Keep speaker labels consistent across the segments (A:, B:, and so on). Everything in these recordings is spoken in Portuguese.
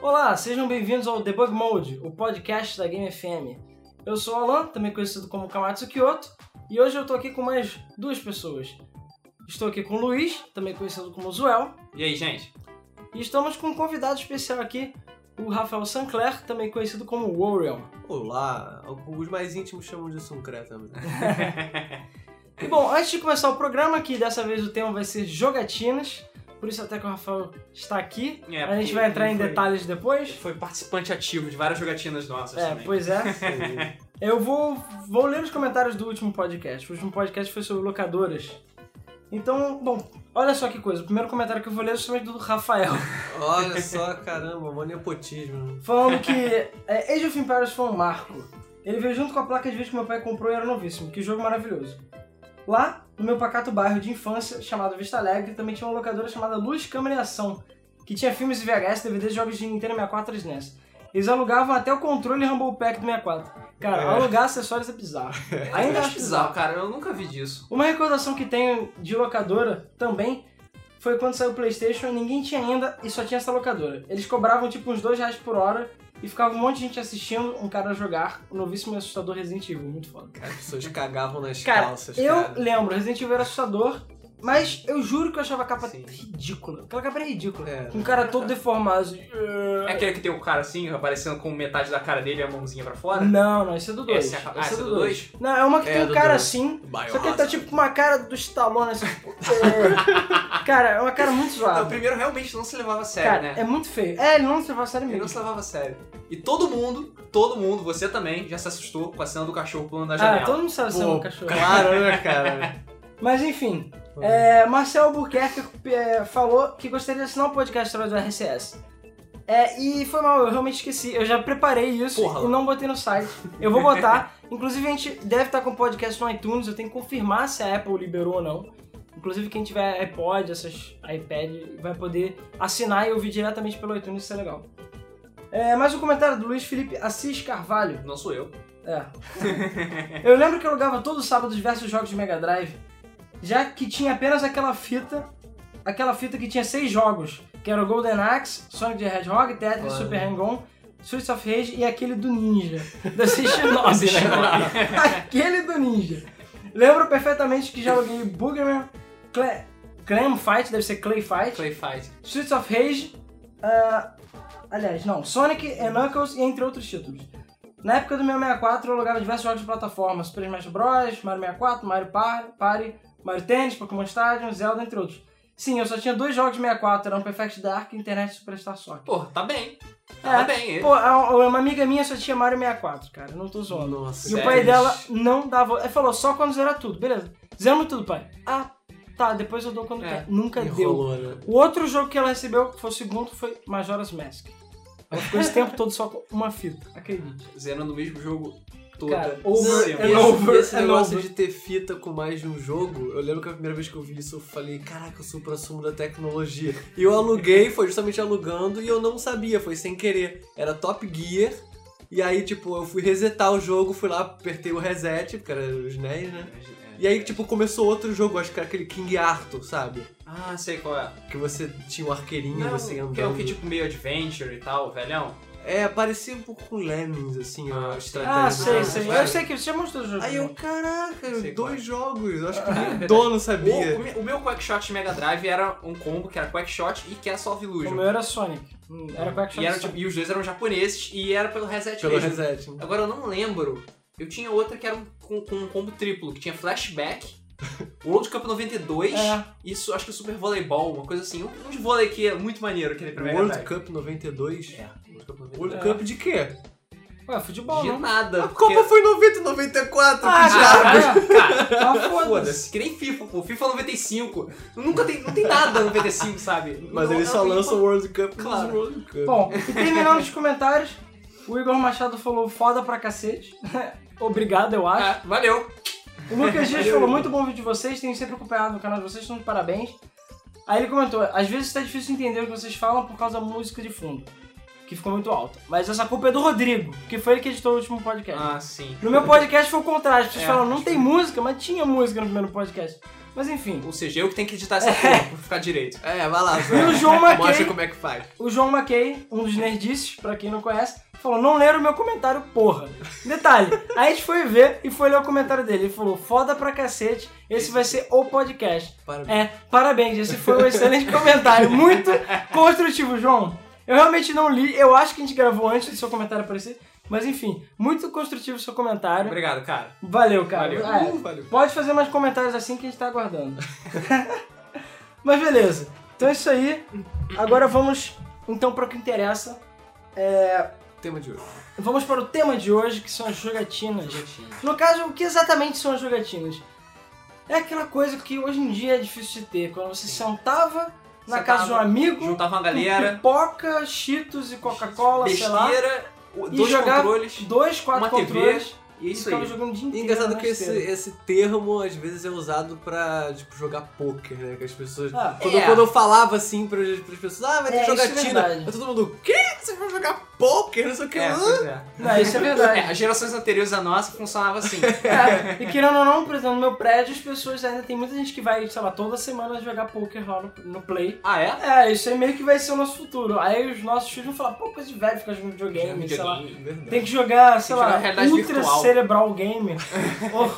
A: Olá, sejam bem-vindos ao Debug Mode, o podcast da Game FM. Eu sou o Alan, também conhecido como Kamatsu Kyoto, e hoje eu tô aqui com mais duas pessoas. Estou aqui com o Luiz, também conhecido como Zuel,
B: E aí, gente?
A: e estamos com um convidado especial aqui, o Rafael Sancler, também conhecido como Warrior.
C: Olá, alguns mais íntimos chamam de Suncré
A: né?
C: também.
A: E bom, antes de começar o programa, que dessa vez o tema vai ser jogatinas, por isso até que o Rafael está aqui.
B: É,
A: A gente
B: porque
A: vai entrar em
B: foi-
A: detalhes depois.
B: Foi participante ativo de várias jogatinas nossas
A: É,
B: também.
A: pois é. Eu vou, vou ler os comentários do último podcast. O último podcast foi sobre locadoras. Então, bom, olha só que coisa. O primeiro comentário que eu vou ler é justamente do Rafael.
C: Olha só, caramba, mó nepotismo.
A: Falando que é, Age of Empires foi um marco. Ele veio junto com a placa de vídeo que meu pai comprou e era novíssimo. Que jogo maravilhoso. Lá, no meu pacato bairro de infância, chamado Vista Alegre, também tinha uma locadora chamada Luz, Câmera e Ação, que tinha filmes e VHS, DVDs, jogos de Nintendo 64 e NES. Eles alugavam até o controle Rumble Pack do 64. Cara,
C: É.
A: alugar acessórios é bizarro. Ainda acho bizarro.
B: cara. Eu nunca vi disso.
A: Uma recordação que tenho de locadora também foi quando saiu o PlayStation, ninguém tinha ainda e só tinha essa locadora. Eles cobravam tipo uns dois reais por hora e ficava um monte de gente assistindo um cara jogar o novíssimo e assustador Resident Evil. Muito foda.
C: As pessoas cagavam nas
A: Cara,
C: calças,
A: Eu
C: cara.
A: lembro, Resident Evil era assustador, mas eu juro que eu achava a capa
C: Sim.
A: ridícula. Aquela capa era ridícula.
C: É.
A: Com um cara todo deformado. assim,
B: É aquele que tem o cara assim, aparecendo com metade da cara dele e a mãozinha pra fora?
A: Não, não, esse é do dois
B: Esse é a- ah,
A: Esse
B: esse
A: é
B: é
A: do
B: do
A: dois. Não, é uma que
C: É,
A: tem um
C: do
A: cara
C: dois. Ah,
A: assim,
C: Biohazard.
A: Só que ele tá tipo com uma cara do Stallone, assim. tipo, é. cara, é uma cara muito
B: Não, o
A: zoada.
B: primeiro realmente não se levava a sério,
A: Cara,
B: né?
A: é muito feio. É, ele não se levou a sério
B: Ele não
A: mesmo.
B: se levava a sério. E todo mundo, todo mundo, você também, já se assustou com a cena do cachorro pulando da
A: Ah,
B: janela.
A: todo mundo sabe ser
C: Pô,
A: um cachorro.
C: Claro, né, cara?
A: Mas enfim, é, Marcel Albuquerque é, falou que gostaria de assinar o podcast através do RCS. É, e foi mal, eu realmente esqueci. Eu já preparei isso
C: Porra.
A: e não botei no site. Eu vou botar. Inclusive, a gente deve estar com o podcast no iTunes. Eu tenho que confirmar se a Apple liberou ou não. Inclusive, quem tiver iPod, essas iPad, vai poder assinar e ouvir diretamente pelo iTunes. Isso é legal. É, mais um comentário do Luiz Felipe Assis Carvalho.
B: Não sou eu.
A: É. eu lembro que eu alugava todo sábado diversos jogos de Mega Drive, já que tinha apenas aquela fita, aquela fita que tinha seis jogos, que era o Golden Axe, Sonic the Hedgehog, Tetris,
C: Claro.
A: Super Hang-On, Streets of Rage e aquele do Ninja, da
B: Assim,
A: X9.
B: né?
A: aquele do Ninja. Lembro perfeitamente que já aluguei Boogerman, Cla Clam Fight, deve ser Clay Fight,
B: Clay Fight.
A: Streets of Rage, ah, aliás, não, Sonic and Knuckles e entre outros títulos. Na época do meu 64, eu alugava diversos jogos de plataforma, Super Smash Bros, Mario 64, Mario Par- Party, Mario Tennis, Pokémon Stadium, Zelda, entre outros. Sim, eu só tinha dois jogos de 64, eram Perfect Dark e Internet Superstar Soccer.
B: Pô, tá bem. Tá
A: É.
B: bem ele.
A: Pô, a- uma amiga minha só tinha Mario 64, cara, não tô zoando.
C: Nossa, é
A: E o
B: Sério?
A: pai dela não dava. Ele falou, só quando zerar tudo, beleza. Zeramos tudo, pai. Ah, tá, depois eu dou quando
B: É,
A: quer. Nunca deu.
C: enrolou, né?
A: O outro jogo que ela recebeu, que foi o segundo, foi Majora's Mask. Ela ficou esse tempo todo só com uma fita, acredite.
B: Zerando o mesmo jogo todo.
A: Cara,
C: Não,
A: over
B: sempre.
A: and
C: esse,
A: over
C: esse
A: and
C: negócio
A: over.
C: de ter fita com mais de um jogo, eu lembro que a primeira vez que eu vi isso, eu falei, caraca, eu sou o próximo da tecnologia. E eu aluguei, foi justamente alugando, e eu não sabia, foi sem querer. Era Top Gear, e aí, tipo, eu fui resetar o jogo, fui lá, apertei o reset, porque era os NES, né? E aí, tipo, começou outro jogo, acho que era aquele King Arthur, sabe?
B: Ah, sei qual é.
C: Que você tinha um arqueirinho,
B: Não,
C: você
B: que é
C: andando.
B: o que tipo meio adventure e tal, velhão.
C: É, parecia um pouco com Lemmings, assim,
B: Ah,
C: a
B: sim.
C: estratégia.
A: Ah,
C: do
A: sei,
C: jogo,
A: sei.
C: sabe?
A: Eu sei que você mostrou o jogo.
C: Aí eu, caraca,
B: Sei
C: dois
B: qual é.
C: jogos, acho que nem
B: Ah.
C: o dono
B: O,
C: sabia.
B: o me- o meu Quackshot de Mega Drive era um combo que era Quackshot e Castle of
A: O
B: Illusion.
C: é?
A: meu era Sonic. Hum, Era Quack
B: E, era, tipo, e os dois eram japoneses e era pelo reset
C: Pelo
B: mesmo.
C: reset. né?
B: Agora eu não lembro. Eu tinha outra que era um, com, com um combo triplo, que tinha Flashback, World Cup 92
A: É.
B: e su- acho que Super Voleibol, uma coisa assim. Um, um de vôlei que é muito maneiro, aquele primeiro
C: World Cup 92?
B: É, World Cup 92.
C: World
A: É.
C: Cup de quê?
A: Ué, futebol,
B: De
A: não?
B: nada.
C: A
B: porque-
C: Copa foi em 90 e 94,
A: Ah,
C: que diabo?
A: cara,
B: Cara,
A: ah, foda-se.
B: foda-se. Que nem FIFA, pô. FIFA 95. Nunca tem, não tem nada no 95, sabe?
C: Mas
B: Não-
C: eles só
B: não tem- tipo,
C: lançam
A: um
C: o World Cup nos
B: Claro.
C: World Cup.
A: Bom, e terminando os comentários, o Igor Machado falou foda pra cacete. Obrigado, eu acho.
B: Ah, valeu.
A: O Lucas Dias
B: Valeu,
A: falou,
B: Igor.
A: muito bom o vídeo de vocês, tenho sempre acompanhado no canal de vocês, estão de parabéns. Aí ele comentou, às vezes tá difícil entender o que vocês falam por causa da música de fundo, que ficou muito alta. Mas essa culpa é do Rodrigo, que foi ele que editou o último
C: É.
A: podcast.
B: Ah, sim.
A: No meu podcast foi o contrário, as pessoas
B: É,
A: falam,
B: acho
A: não tem música, mas tinha música no primeiro podcast. Mas Mas enfim,
B: Ou seja, eu que tenho que editar
A: É.
B: essa porra pra ficar direito.
C: É, vai lá,
A: E o
C: Zé.
A: João
C: Mostra
A: McKay,
C: como é que faz.
A: o João McKay, um dos nerdices, pra quem não conhece, falou, não leram meu comentário, porra. Detalhe, aí a gente foi ver e foi ler o comentário dele. Ele falou, foda pra cacete, esse vai ser o podcast.
C: Parabéns.
A: É, parabéns, esse foi um excelente comentário, muito construtivo, João. Eu realmente não li, eu acho que a gente gravou antes do seu comentário aparecer, mas enfim, muito construtivo o seu comentário.
B: né? Obrigado, cara.
A: Valeu, cara.
B: Valeu.
A: Ah, é.
C: Uh, valeu.
A: Pode fazer mais comentários assim que a gente tá aguardando. Mas beleza. Então é isso aí. Agora vamos então para o que interessa.
C: Tema de hoje.
A: Vamos para o tema de hoje, que são as jogatinas. No caso, o que exatamente são as jogatinas? É aquela coisa que hoje em dia é difícil de ter. Quando você sentava na
B: Sentava,
A: casa de um amigo,
B: Juntava uma
A: com
B: galera,
A: pipoca, cheetos e Coca-Cola, sei lá.
B: besteira, o-
A: E
B: dois
A: jogar-
B: controles,
A: Dois, quatro
B: uma TV,
A: controles.
B: e
A: e
B: isso
A: ficava
B: aí.
A: jogando o dia
C: E
A: inteiro.
C: engraçado
A: na
C: que esse,
A: esteira.
C: esse termo às vezes é usado pra tipo, jogar poker, né? Que as pessoas.
A: Ah,
C: Quando,
B: É.
C: quando eu falava assim pras, pras pessoas, ah, vai ter
A: É, isso é
C: jogatina.
A: verdade.
C: Aí todo mundo, o quê? Você vai jogar poker? Não sei o Ah, que.
B: É, pois é.
A: Não, isso é
B: É,
A: verdade.
B: as gerações anteriores à nossa funcionava assim.
A: É, e querendo ou não, por exemplo, no meu prédio, as pessoas ainda tem muita gente que vai, sei lá, toda semana jogar poker lá no, no Play.
B: Ah, é?
A: É, isso aí meio que vai ser o nosso futuro. Aí os nossos filhos vão falar, pô, coisa de velho ficar jogando videogame, sei lá.
C: É Verdade.
A: Tem que jogar, sei
B: que jogar
A: lá,
B: realidade
A: Ultra
B: virtual.
A: Cerebral Game. ou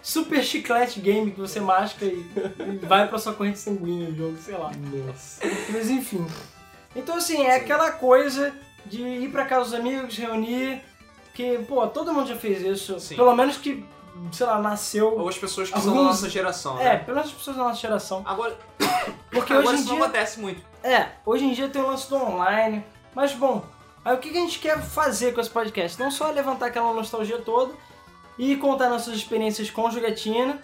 A: Super Chiclete Game que você masca e, e vai pra sua corrente sanguínea o jogo, sei lá.
C: Nossa.
A: Mas enfim. Então, assim, é aquela coisa de ir pra casa dos amigos, reunir. Que, pô, todo mundo já fez isso.
B: Sim.
A: Pelo menos que, sei lá, nasceu.
B: Ou as pessoas que são da
A: Alguns-
B: nossa geração,
A: É,
B: né?
A: pelo menos as pessoas da nossa geração.
B: Agora,
A: Porque
B: agora
A: hoje em
B: isso
A: dia.
B: não acontece muito.
A: É, hoje em dia tem o lance do online. Mas bom, aí o que que a gente quer fazer com esse podcast? Não só levantar aquela nostalgia toda e contar nossas experiências com jogatina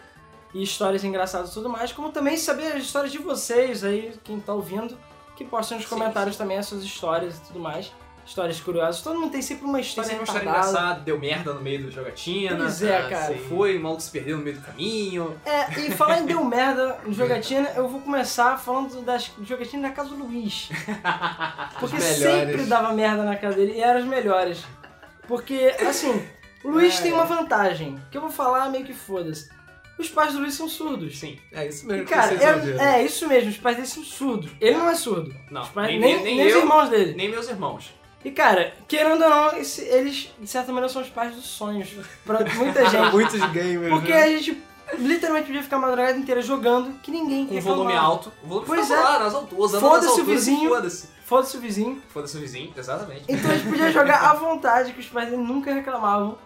A: e histórias engraçadas e tudo mais, como também saber as histórias de vocês aí, quem tá ouvindo, que postem nos
B: Sim,
A: comentários também as suas histórias e tudo mais. Histórias curiosas. Todo mundo tem sempre uma
B: Tem
A: história
B: sempre uma história
A: retardada.
B: engraçada, deu merda no meio do jogatina.
A: Pois é,
B: ah,
A: cara.
B: sei. Foi, o maluco se perdeu no meio do caminho.
A: É, e falar em deu merda em jogatina, eu vou começar falando das jogatinas na casa do Luiz. Porque
C: Os melhores.
A: sempre dava merda na casa dele e eram os melhores. Porque, assim, o Luiz
C: É.
A: tem uma vantagem, que eu vou falar meio que foda-se. Os pais do Luiz são surdos.
B: Sim.
C: É isso
A: E,
C: mesmo que
A: cara,
C: vocês ouviram.
A: é, é isso mesmo, os pais dele são surdos. Ele não é surdo.
B: Não,
A: Os pais-
B: nem,
A: nem,
B: nem,
A: nem os
B: eu,
A: irmãos dele.
B: nem meus irmãos.
A: E, cara, querendo ou não, esse- eles, de certa maneira, são os pais dos sonhos. Pra muita gente.
C: Muitos gamers.
B: Uhum.
A: Porque
C: né?
A: a gente literalmente podia ficar a madrugada inteira jogando que ninguém
B: Com
A: reclamava.
B: Um volume alto. O volume
A: Pois
B: ficava
A: é.
B: lá, nas alturas. andando nas
A: Foda-se o
B: alturas,
A: vizinho.
B: Foda-se.
A: Foda-se o vizinho.
B: Foda-se o vizinho, exatamente.
A: Então a gente podia jogar à vontade, que os pais dele nunca reclamavam.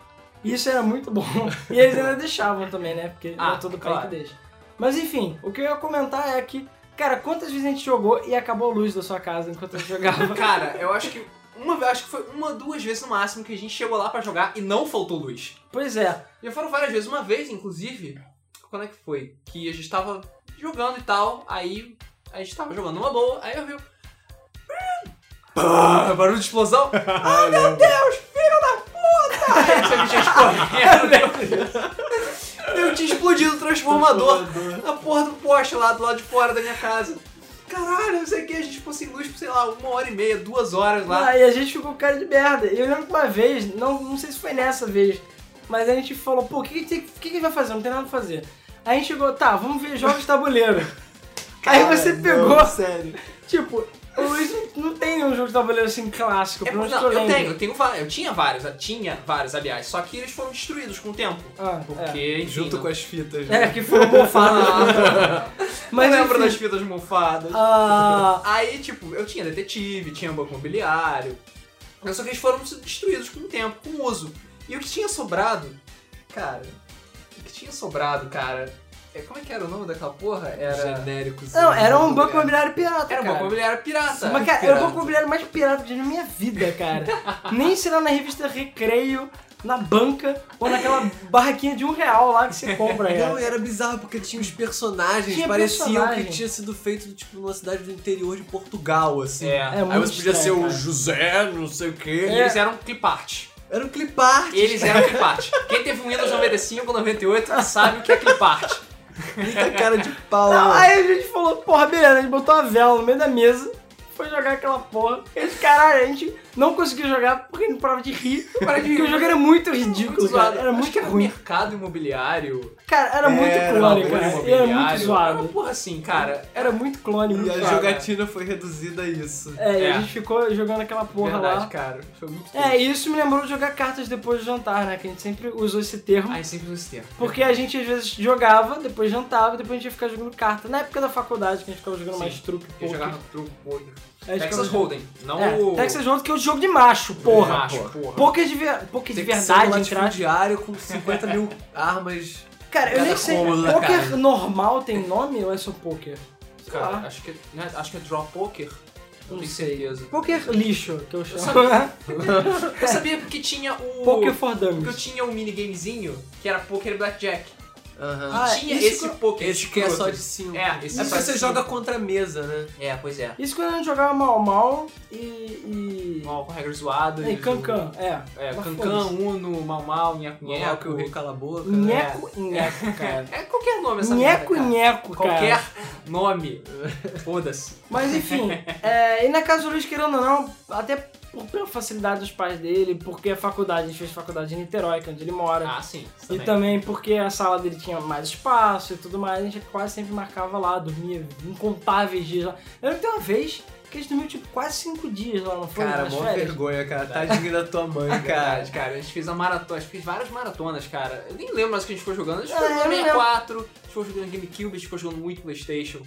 A: E isso era muito bom. E eles ainda deixavam também, né? Porque não
B: Ah,
A: é todo pai
B: claro.
A: que deixa. Mas enfim, o que eu ia comentar é que, cara, quantas vezes a gente jogou e acabou a luz da sua casa enquanto a gente jogava?
B: Cara, eu acho que uma acho que foi uma, duas vezes no máximo que a gente chegou lá pra jogar e não faltou luz.
A: pois é.
B: Já foram várias vezes. Uma vez, inclusive, quando é que foi? Que a gente tava jogando e tal, aí a gente tava jogando uma boa, aí eu vi. o- Pá, barulho de explosão. Ah, meu Deus, filho da puta! Aí você me tinha escorrendo. Eu tinha explodido o transformador na porra do poste lá do lado de fora da minha casa. Caralho, não sei o que, a gente ficou sem luz por, sei lá, uma hora e meia, duas horas lá.
A: Aí a gente ficou com cara de merda. E eu lembro que uma vez, não, não sei se foi nessa vez, mas a gente falou, pô, o que, que, que, que vai fazer? Não tem nada pra fazer. Aí a gente chegou, tá, vamos ver jogos de tabuleiro. Aí você
C: Cara,
A: pegou
C: não, sério.
A: Tipo, o Luiz não, não tem um jogo de tabuleiro assim clássico,
B: É,
A: pelo
B: não,
A: menos que eu
B: eu
A: lembro.
B: tenho, eu tenho vários, eu tinha vários, eu tinha vários, aliás, só que eles foram destruídos com o tempo.
A: Ah,
B: Porque, enfim,
C: Junto
B: não-
C: com as fitas.
A: é.
C: né?
A: é, que foi mofado.
B: Mas
A: Mas
B: não lembro
A: enfim,
B: das fitas mofadas.
A: ah,
B: Aí, tipo, eu tinha detetive, tinha banco imobiliário. Só que eles foram destruídos com o tempo, com o uso. E o que tinha sobrado, cara. O que tinha sobrado, cara. é- Como é que era o nome daquela porra? Era.
C: Genéricos.
A: não, era um
C: né?
A: banco imobiliário pirata,
B: Era um
A: cara.
B: banco imobiliário pirata.
A: Mas, cara, era o
C: pirata.
A: banco imobiliário mais pirata que eu já vi na minha vida, cara. Nem será na revista Recreio, na banca, ou naquela barraquinha de um real lá que você compra,
B: um
C: Não,
A: cara.
C: e era bizarro porque tinha os personagens,
A: Tinha
C: pareciam
A: personagem.
C: que tinha sido feito tipo numa cidade do interior de Portugal, assim.
B: É.
A: É
C: Aí
A: muito
C: você podia
A: estranho,
C: ser o
A: cara. É.
C: José, não sei o
B: E
C: quê.
B: eles eram clipart.
C: Era um clipart.
B: Eles eram clipart. Quem teve um Windows 95 ou 98 sabe o que é clipart.
C: Muita cara de pau.
A: É. Não,
C: né?
A: aí a gente falou, porra, beleza, a gente botou uma vela no meio da mesa, foi jogar aquela porra. Esse caralho, a gente não conseguiu jogar porque não parava de rir.
B: Para de
A: Porque o jogo era muito ridículo, cara. Era
B: Acho que
A: muito
B: era
A: ruim.
B: mercado imobiliário.
A: Cara, era muito
C: É, Era
A: clone, cara.
C: uma coisa
A: Era muito
B: imobiliário. Era uma
A: zoado.
B: porra assim, cara.
A: Era muito clone, muito
C: E a
A: zoado.
C: jogatina foi reduzida a isso.
A: É, e
B: É.
A: a gente ficou jogando aquela porra
B: Verdade,
A: lá.
B: cara. Foi muito
A: É, e isso me lembrou de jogar cartas depois do jantar, né? Que a gente sempre usou esse termo.
B: Aí sempre usa esse termo.
A: Porque a gente às vezes jogava, depois jantava, depois a gente ia ficar jogando carta. Na época da faculdade, que a gente ficava jogando
B: Sim.
A: mais truque, É
B: Eu
A: poker.
B: jogava truco, poker.
A: A gente
B: Texas
A: ficava-
B: Hold'em. Não
A: É,
B: o...
A: Texas Hold'em, que é o jogo de macho, porra.
B: Macho, porra.
A: Poker de, ver... poker de
C: Tem que ser
A: verdade,
C: um
A: entre aspas.
C: latifundiário com 50 mil armas.
A: Cara, eu
C: Cada
A: nem sei.
C: cômodo da
A: Poker
C: casa.
A: normal tem nome ou é só poker? Sei
B: Cara,
A: lá.
B: acho que, né, acho que é draw poker. Não
A: Não
B: tenho
A: sei.
B: certeza.
A: Poker lixo, que eu chamo.
B: Eu sabia porque tinha o...
A: poker for
B: Porque eu
A: dummies.
B: tinha um minigamezinho que era poker e blackjack.
C: Aham.
A: Ah, é,
B: tinha
A: isso
B: esse
A: que-
B: poker.
C: Esse que é só
B: escroto.
C: de 5.
B: É, esse
C: Isso
B: é só de
C: você
B: cinco.
C: joga contra a mesa, né?
B: É, pois é.
A: Isso quando a gente jogava mal mal e. e...
B: Mal com regras zoadas.
A: E cancan, é.
B: É,
A: Mas
B: Cancan,
A: foda-se.
B: Uno, Mal Mal, Nheco
C: Não é o que o
B: Nheco.
C: rei cala a boca. né?
A: Nheco, nheco, cara.
B: É qualquer nome essa
A: Nheco,
B: merda,
A: nheco,
B: cara.
A: cara.
B: Qualquer nome. Foda-se.
A: Mas enfim, é, e na casa do Luiz, querendo ou não, até por, pela facilidade dos pais dele, porque a faculdade, a gente fez faculdade em Niterói, que é onde ele mora.
B: Ah, sim. isso
A: E
B: também.
A: também porque a sala dele tinha mais espaço e tudo mais, a gente quase sempre marcava lá, dormia incontáveis dias lá. Eu lembro que tem uma vez que a gente dormiu tipo quase cinco dias lá, não foi?
C: Cara,
A: Nas
C: mó
A: férias.
C: vergonha, cara. Tadinho da tua mãe, cara.
B: É Verdade, cara. A gente fez uma maratona, a gente fez várias maratonas, cara. Eu nem lembro mais o que a gente foi jogando. A gente
A: Ah,
B: foi
A: eu
B: jogando
A: nem
B: 64, a gente foi jogando GameCube, a gente foi jogando muito Playstation.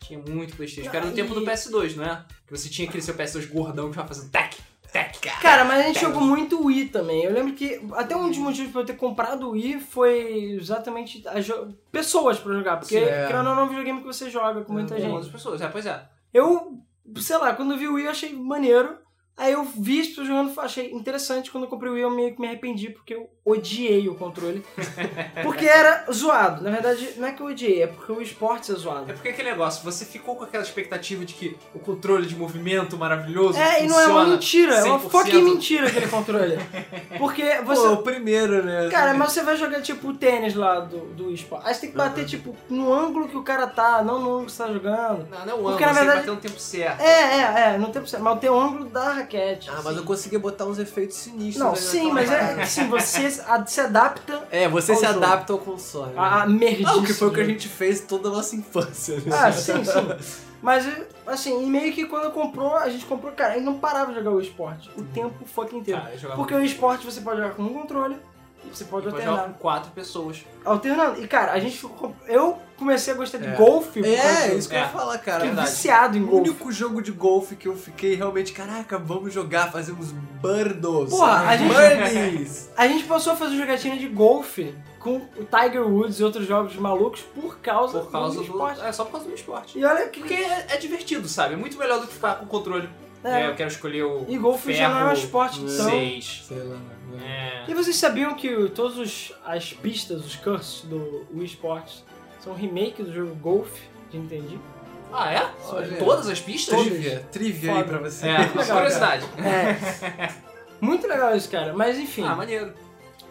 B: Tinha muito Playstation. Era no
A: Ah,
B: tempo
A: e-
B: do PS2, não é? Que você tinha aquele seu PS2 gordão que ficava fazendo tac, tac,
A: Cara, mas a gente jogou muito Wii também. Eu lembro que até um dos motivos pra eu ter comprado o Wii foi exatamente as jo- pessoas pra jogar. Porque,
C: Sim, é.
A: querendo ou não, é um videogame que você joga com muita
B: Com
A: gente.
B: outras pessoas, é, pois é.
A: Eu, sei lá, quando eu vi o Wii eu achei maneiro. Aí eu vi as pessoas jogando, achei interessante. Quando eu comprei o Wii eu meio que me arrependi porque eu odiei o controle. porque era zoado. Na verdade, não é que eu odiei, é porque o esportes é
B: É
A: zoado.
B: porque aquele negócio, você ficou com aquela expectativa de que o controle de movimento maravilhoso
A: É, e não é
B: funciona
A: uma mentira, é uma
B: 100%.
A: fucking mentira aquele controle. Porque
C: Pô,
A: você.
C: o primeiro, né?
A: Cara, mas você vai jogar tipo o tênis lá do, do esporte. Aí você tem que
C: Uhum.
A: bater tipo no ângulo que o cara tá, não no ângulo que você tá jogando.
B: Não, não é um
A: Porque,
B: ângulo,
A: na
B: você
A: verdade-
B: vai ter um tempo certo.
A: É, é, é, não tem problema. Mas tem o ângulo da raquete.
C: Ah, mas eu consegui botar uns efeitos sinistros.
A: Não,
C: né,
A: sim,
C: naquela
A: mas é
C: parada.
A: que sim, você se a- se adapta
C: É, você
A: Ao
C: se
A: jogo.
C: adapta ao console.
A: a, a merdice.
C: Ah, o que foi o que a
A: né?
C: gente fez toda a nossa infância. Né?
A: Ah, sim, sim. Mas, assim, e meio que quando comprou, a gente comprou, cara, a gente não parava de jogar o esporte o tempo fucking inteiro.
B: Cara, eu jogava
A: Porque o esporte você pode jogar com um controle e você pode
B: muito. Depois jogava
A: alternar.
B: com quatro pessoas.
A: Alternando. E, cara, a gente ficou... Eu comecei a gostar de
C: É.
A: golfe. por causa
C: É,
A: do-
C: isso que eu ia falar, cara.
A: Fiquei
B: verdade.
A: viciado em
C: O
A: golfe.
C: único jogo de golfe que eu fiquei realmente, caraca, vamos jogar, fazemos birdos.
A: Porra, a gente-
C: Birdies.
A: A gente passou a fazer jogatina de golfe com o Tiger Woods e outros jogos malucos por causa,
B: Por causa do.
A: esporte.
B: É só por causa do esporte.
A: E olha que...
B: Porque é, é divertido, sabe? É muito melhor do que ficar com o controle. É, eu quero escolher o.
A: E golfe já não é um
B: ferro
A: esporte, então...
B: Seis.
C: Sei lá. né?
B: É.
A: E vocês sabiam que o- todos os- as pistas, os cursos do Wii Sports são remake do jogo Golf de Nintendo?
B: Ah, é?
C: Olha.
B: Todas as pistas?
C: Trivia, É trivia aí
A: Foda.
C: pra você.
B: É, uma
A: Legal,
B: curiosidade.
A: É. Muito legal isso, cara. Mas enfim.
B: Ah, maneiro.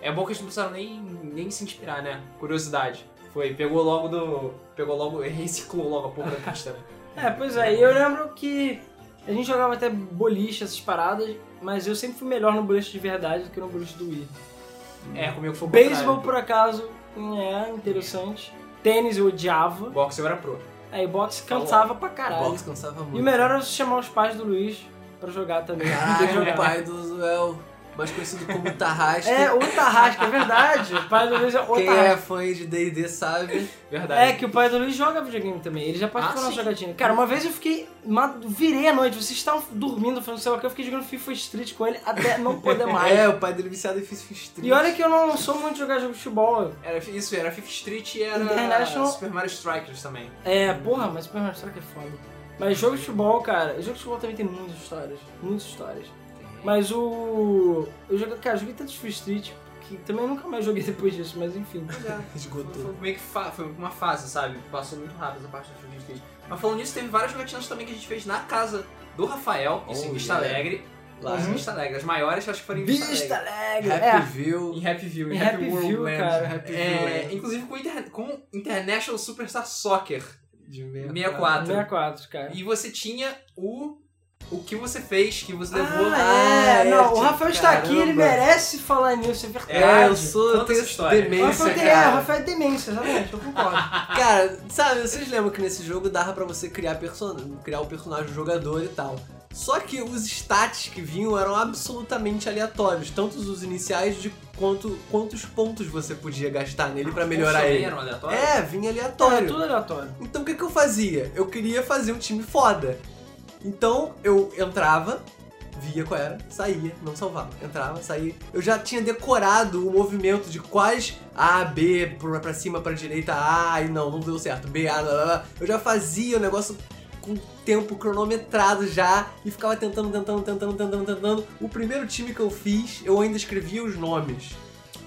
B: É bom que eles não precisaram nem, nem se inspirar, né? Curiosidade. Foi, pegou logo do. Pegou logo. Reciclou logo a porra da pista.
A: É, pois é. E eu lembro que a gente jogava até boliche, essas paradas, mas eu sempre fui melhor no boliche de verdade do que no boliche do Wii.
B: É, comigo foi o
A: Beisebol,
B: contrário.
A: por acaso, é interessante. Tênis eu odiava.
B: Boxe eu era pro.
A: Aí boxe cansava pra
C: O
A: caralho.
C: box cansava
A: E o
C: é muito. Ah, é
A: melhor era você chamar os pais do Luiz pra jogar também.
C: Caraca, é o pai do Zuel, mais conhecido como Tarrasque.
A: É, o Tarrasque, é verdade. O pai do Luiz é o
C: Quem
A: Tarrasque.
C: é fã de D&D sabe.
B: Verdade.
A: É que o pai do Luiz joga videogame também, ele já participou
B: Ah,
A: da
B: sim.
A: nossa jogatina. Cara, uma vez eu fiquei. ma- Virei à noite, vocês estavam dormindo, fazendo sei lá o que, eu fiquei jogando FIFA Street com ele até não poder mais.
C: É, o pai dele viciado em Fist Street.
A: E olha que eu não sou muito de jogar jogo de futebol.
B: Era isso, era Fifth Street e era
A: International-
B: Super Mario Strikers também.
A: É, porra, mas Super Mario Strike é foda. Mas jogo de futebol, cara, jogo de futebol também tem muitas histórias. Muitas histórias. Mas o. Eu joguei, cara, eu joguei tanto FIFA Street que também nunca mais joguei depois disso, mas enfim.
C: Esgotou.
B: Foi meio que fa- foi uma fase, sabe? Passou muito rápido essa parte do Fifth Street. Mas falando nisso, teve várias jogatinas também que a gente fez na casa do Rafael, isso em
C: Oh,
B: Vista
C: yeah.
B: Alegre. Lá em
A: Uhum.
B: Vista Alegre. As maiores acho que foram em Vista,
A: Vista Alegre!
B: Alegre.
C: Happy
A: É,
C: É, View.
B: Em Happy View, em,
A: Em
B: Happy,
A: Happy
B: World
A: View,
B: Land.
A: cara.
C: Happy
B: É,
C: View.
B: inclusive com, inter... com International Superstar Soccer
C: De
B: 64.
A: 64, É, cara.
B: E você tinha o
D: o que você fez, que você levou.
A: Ah, é,
C: Ah, é,
A: não, o
C: tipo,
A: Rafael está aqui, ele
C: caramba.
A: merece falar nisso, é verdade.
C: É, eu sou
B: Conta
C: tenho
B: essa história.
A: o
C: demência,
A: Rafael tem, é, o
C: cara.
A: Rafael é demência, exatamente, eu concordo.
C: Cara, sabe, vocês lembram que nesse jogo dava pra você criar person... criar o personagem do jogador e tal. Só que os stats que vinham eram absolutamente aleatórios, tanto os iniciais de quanto quantos pontos você podia gastar nele pra melhorar
B: Funcionei,
C: ele.
B: Era um aleatório?
C: É, vinha
A: É
C: aleatório.
A: tudo aleatório.
C: Então o que, que eu fazia? Eu queria fazer um time foda. Então eu entrava, via qual era, saía, não salvava. Entrava, saía. Eu já tinha decorado o movimento de quais A, B, pra pra cima, pra direita, A, e não, não deu certo. B, A, lá, lá, lá. Eu já fazia o negócio com tempo cronometrado já e ficava tentando, tentando, tentando, tentando, tentando. O primeiro time que eu fiz, eu ainda escrevia os nomes.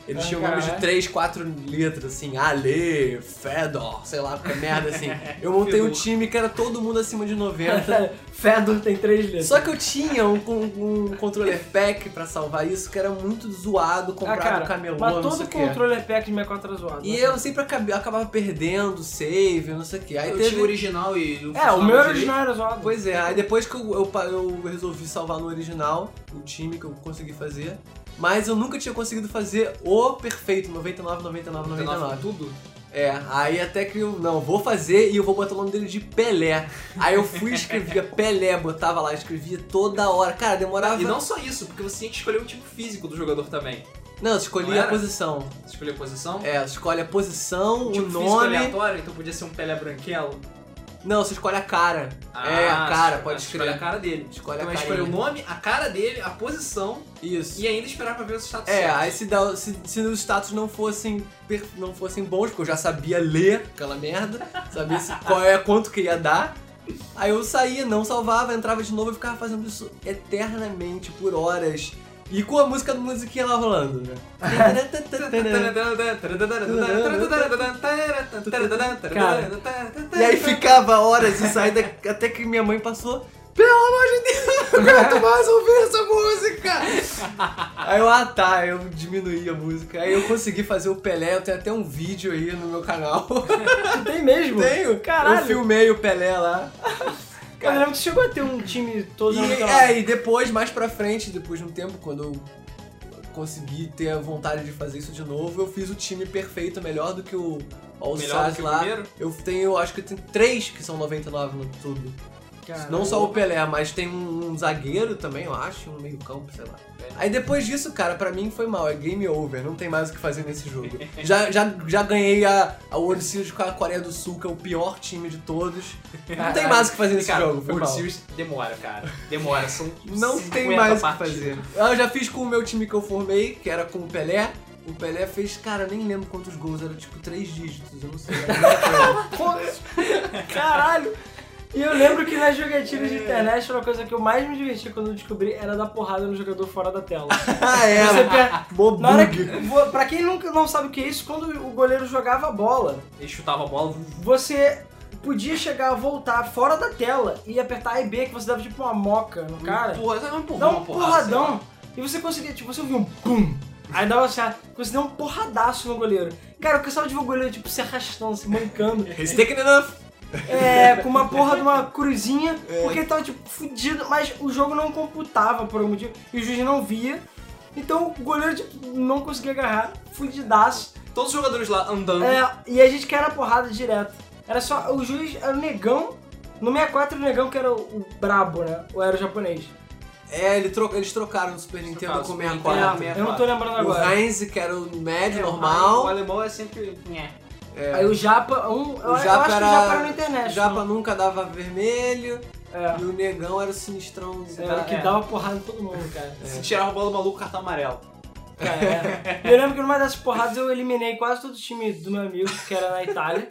C: Eles
A: Ah,
C: tinham nomes de
A: caralho.
C: 3, 4 letras, assim, Ale, Fedor, sei lá, qualquer merda assim. Eu montei um
B: Fedor.
C: time que era todo mundo acima de 90.
A: Fedor tem três letras.
C: Só que eu tinha um, con- um controller pack pra salvar isso, que era muito zoado,
A: Ah,
C: comprado
A: cara,
C: camelô,
A: mas
C: não
A: todo
C: sei o quê.
A: controle é pack de 64 era zoado.
C: E
A: né?
C: eu sempre acab- acabava perdendo o save, não sei o quê. Aí
B: Eu
C: teve... um-
B: tinha o original e
A: É, o
B: funcionava
A: meu
B: direito.
A: original era zoado.
C: Pois é, aí depois que eu, eu, pa- eu resolvi salvar no original, o time que eu consegui fazer, mas eu nunca tinha conseguido fazer o perfeito, 99, 99, 99.
D: Tudo.
C: É, aí até que eu, não, vou fazer e eu vou botar o nome dele de Pelé. Aí eu fui e escrevia Pelé, botava lá, escrevia toda hora. Cara, demorava.
B: E não só isso, porque você tinha que escolher o tipo físico do jogador também.
C: Não, eu escolhi
B: Não
C: a
B: era?
C: posição.
B: Você escolheu a posição,
C: É, você escolhe a posição,
B: o tipo
C: o
B: físico
C: nome.
B: aleatório, então podia ser um Pelé branquelo.
C: Não, você escolhe a cara. é, a
B: Ah,
C: cara,
B: você-
C: pode
B: você escolhe
C: escrever.
B: a cara dele.
C: Escolhe
B: Então
C: a
B: eu
C: cara.
B: escolher o nome, a cara dele, a posição
C: Isso.
B: e ainda esperar pra ver os status
C: É,
B: certos.
C: aí se, dá- se- se os status não fossem, per- não fossem bons, porque eu já sabia ler aquela merda, sabia se- qual é quanto que ia dar. Aí eu saía, não salvava, entrava de novo e ficava fazendo isso eternamente, por horas. E com a música do musiquinha lá rolando, né?
B: Cara.
C: e aí ficava horas e saída até que minha mãe passou. Pelo amor de Deus, eu não aguento mais ouvir essa música! Aí eu, ah tá, eu diminuí a música. Aí eu consegui fazer o Pelé, eu tenho até um vídeo aí no meu canal.
A: Tu tem mesmo?
C: Tenho,
A: Caralho.
C: Eu filmei o Pelé lá.
A: Eu lembro que chegou a ter um time todo
C: E,
A: naquela-
C: é, e depois, mais pra frente, depois de um tempo, quando eu consegui ter a vontade de fazer isso de novo, eu fiz o time perfeito, melhor do que o
B: Melhor
C: All
B: do
C: Stars
B: que o
C: lá.
B: primeiro?
C: Eu tenho, acho que eu tenho três que são 99 no tudo.
A: Caralho.
C: Não só o Pelé, mas tem um, um zagueiro também, eu acho, um meio campo, sei lá.
A: É.
C: Aí depois disso, cara, pra mim foi mal, é game over, não tem mais o que fazer nesse jogo. já, já, já ganhei a, a World Series com a Coreia do Sul, que é o pior time de todos. Não tem mais o que fazer nesse
B: Cara,
C: jogo, foi
B: World
C: mal.
B: Series demora, cara. Demora, são
C: Não
B: 50
C: tem mais o que
B: partidas.
C: fazer. Eu já fiz com o meu time que eu formei, que era com o Pelé. O Pelé fez, cara, eu nem lembro quantos gols, era tipo três dígitos, eu não sei. era muita coisa.
A: Caralho! E eu lembro que nas jogatinas de internet, uma coisa que eu mais me diverti quando eu descobri era dar porrada no jogador fora da tela.
C: ah, é,
A: Você per...
C: mó
A: Na hora que...
C: bug.
A: vo- Pra quem nunca não sabe o que é isso, quando o goleiro jogava a bola,
B: Ele chutava a bola.
A: você podia chegar, voltar fora da tela e apertar A e B, que você dava tipo uma moca no cara.
B: Porra,
C: é
B: sabe um empurrão,
A: Dá um
B: uma porrada,
A: porradão. E você conseguia, tipo, você ouvia um pum. Aí dava assim, ah, você deu um porradaço no goleiro. Cara, eu cansava de ver o goleiro, tipo, se arrastando, se mancando.
C: He's taken enough.
A: É, com uma porra de uma cruzinha, porque ele tava tipo fudido, mas o jogo não computava por algum motivo, e o juiz não via. Então o goleiro tipo, não conseguia agarrar, fudidaço.
B: sei lá. Todos os jogadores lá andando.
A: É, e a gente que era porrada direto. Era só. O juiz era o negão. No 64 o negão que era o, o brabo, né? Ou era o japonês.
C: É, ele troca- eles trocaram o Super Nintendo
B: trocaram
C: com
B: o
C: o
B: Super
A: É,
C: 64.
B: Nintendo.
A: eu não tô lembrando
C: O
A: agora.
C: Heinz, que era o médio,
B: É, O
C: normal.
B: alemão é sempre.
A: Aí o Japa. Um, eu, eu
C: Japa
A: acho que o
C: era-
A: Japa era no
C: O
A: internet.
C: Japa nunca dava vermelho.
A: É.
C: E o Negão era o sinistrão.
A: Era o que
B: É.
A: dava porrada em todo mundo, cara.
B: Se tirava a bola do maluco, cartão amarelo.
A: É. Eu lembro que numa dessas porradas eu eliminei quase todo o time do meu amigo, que era na Itália.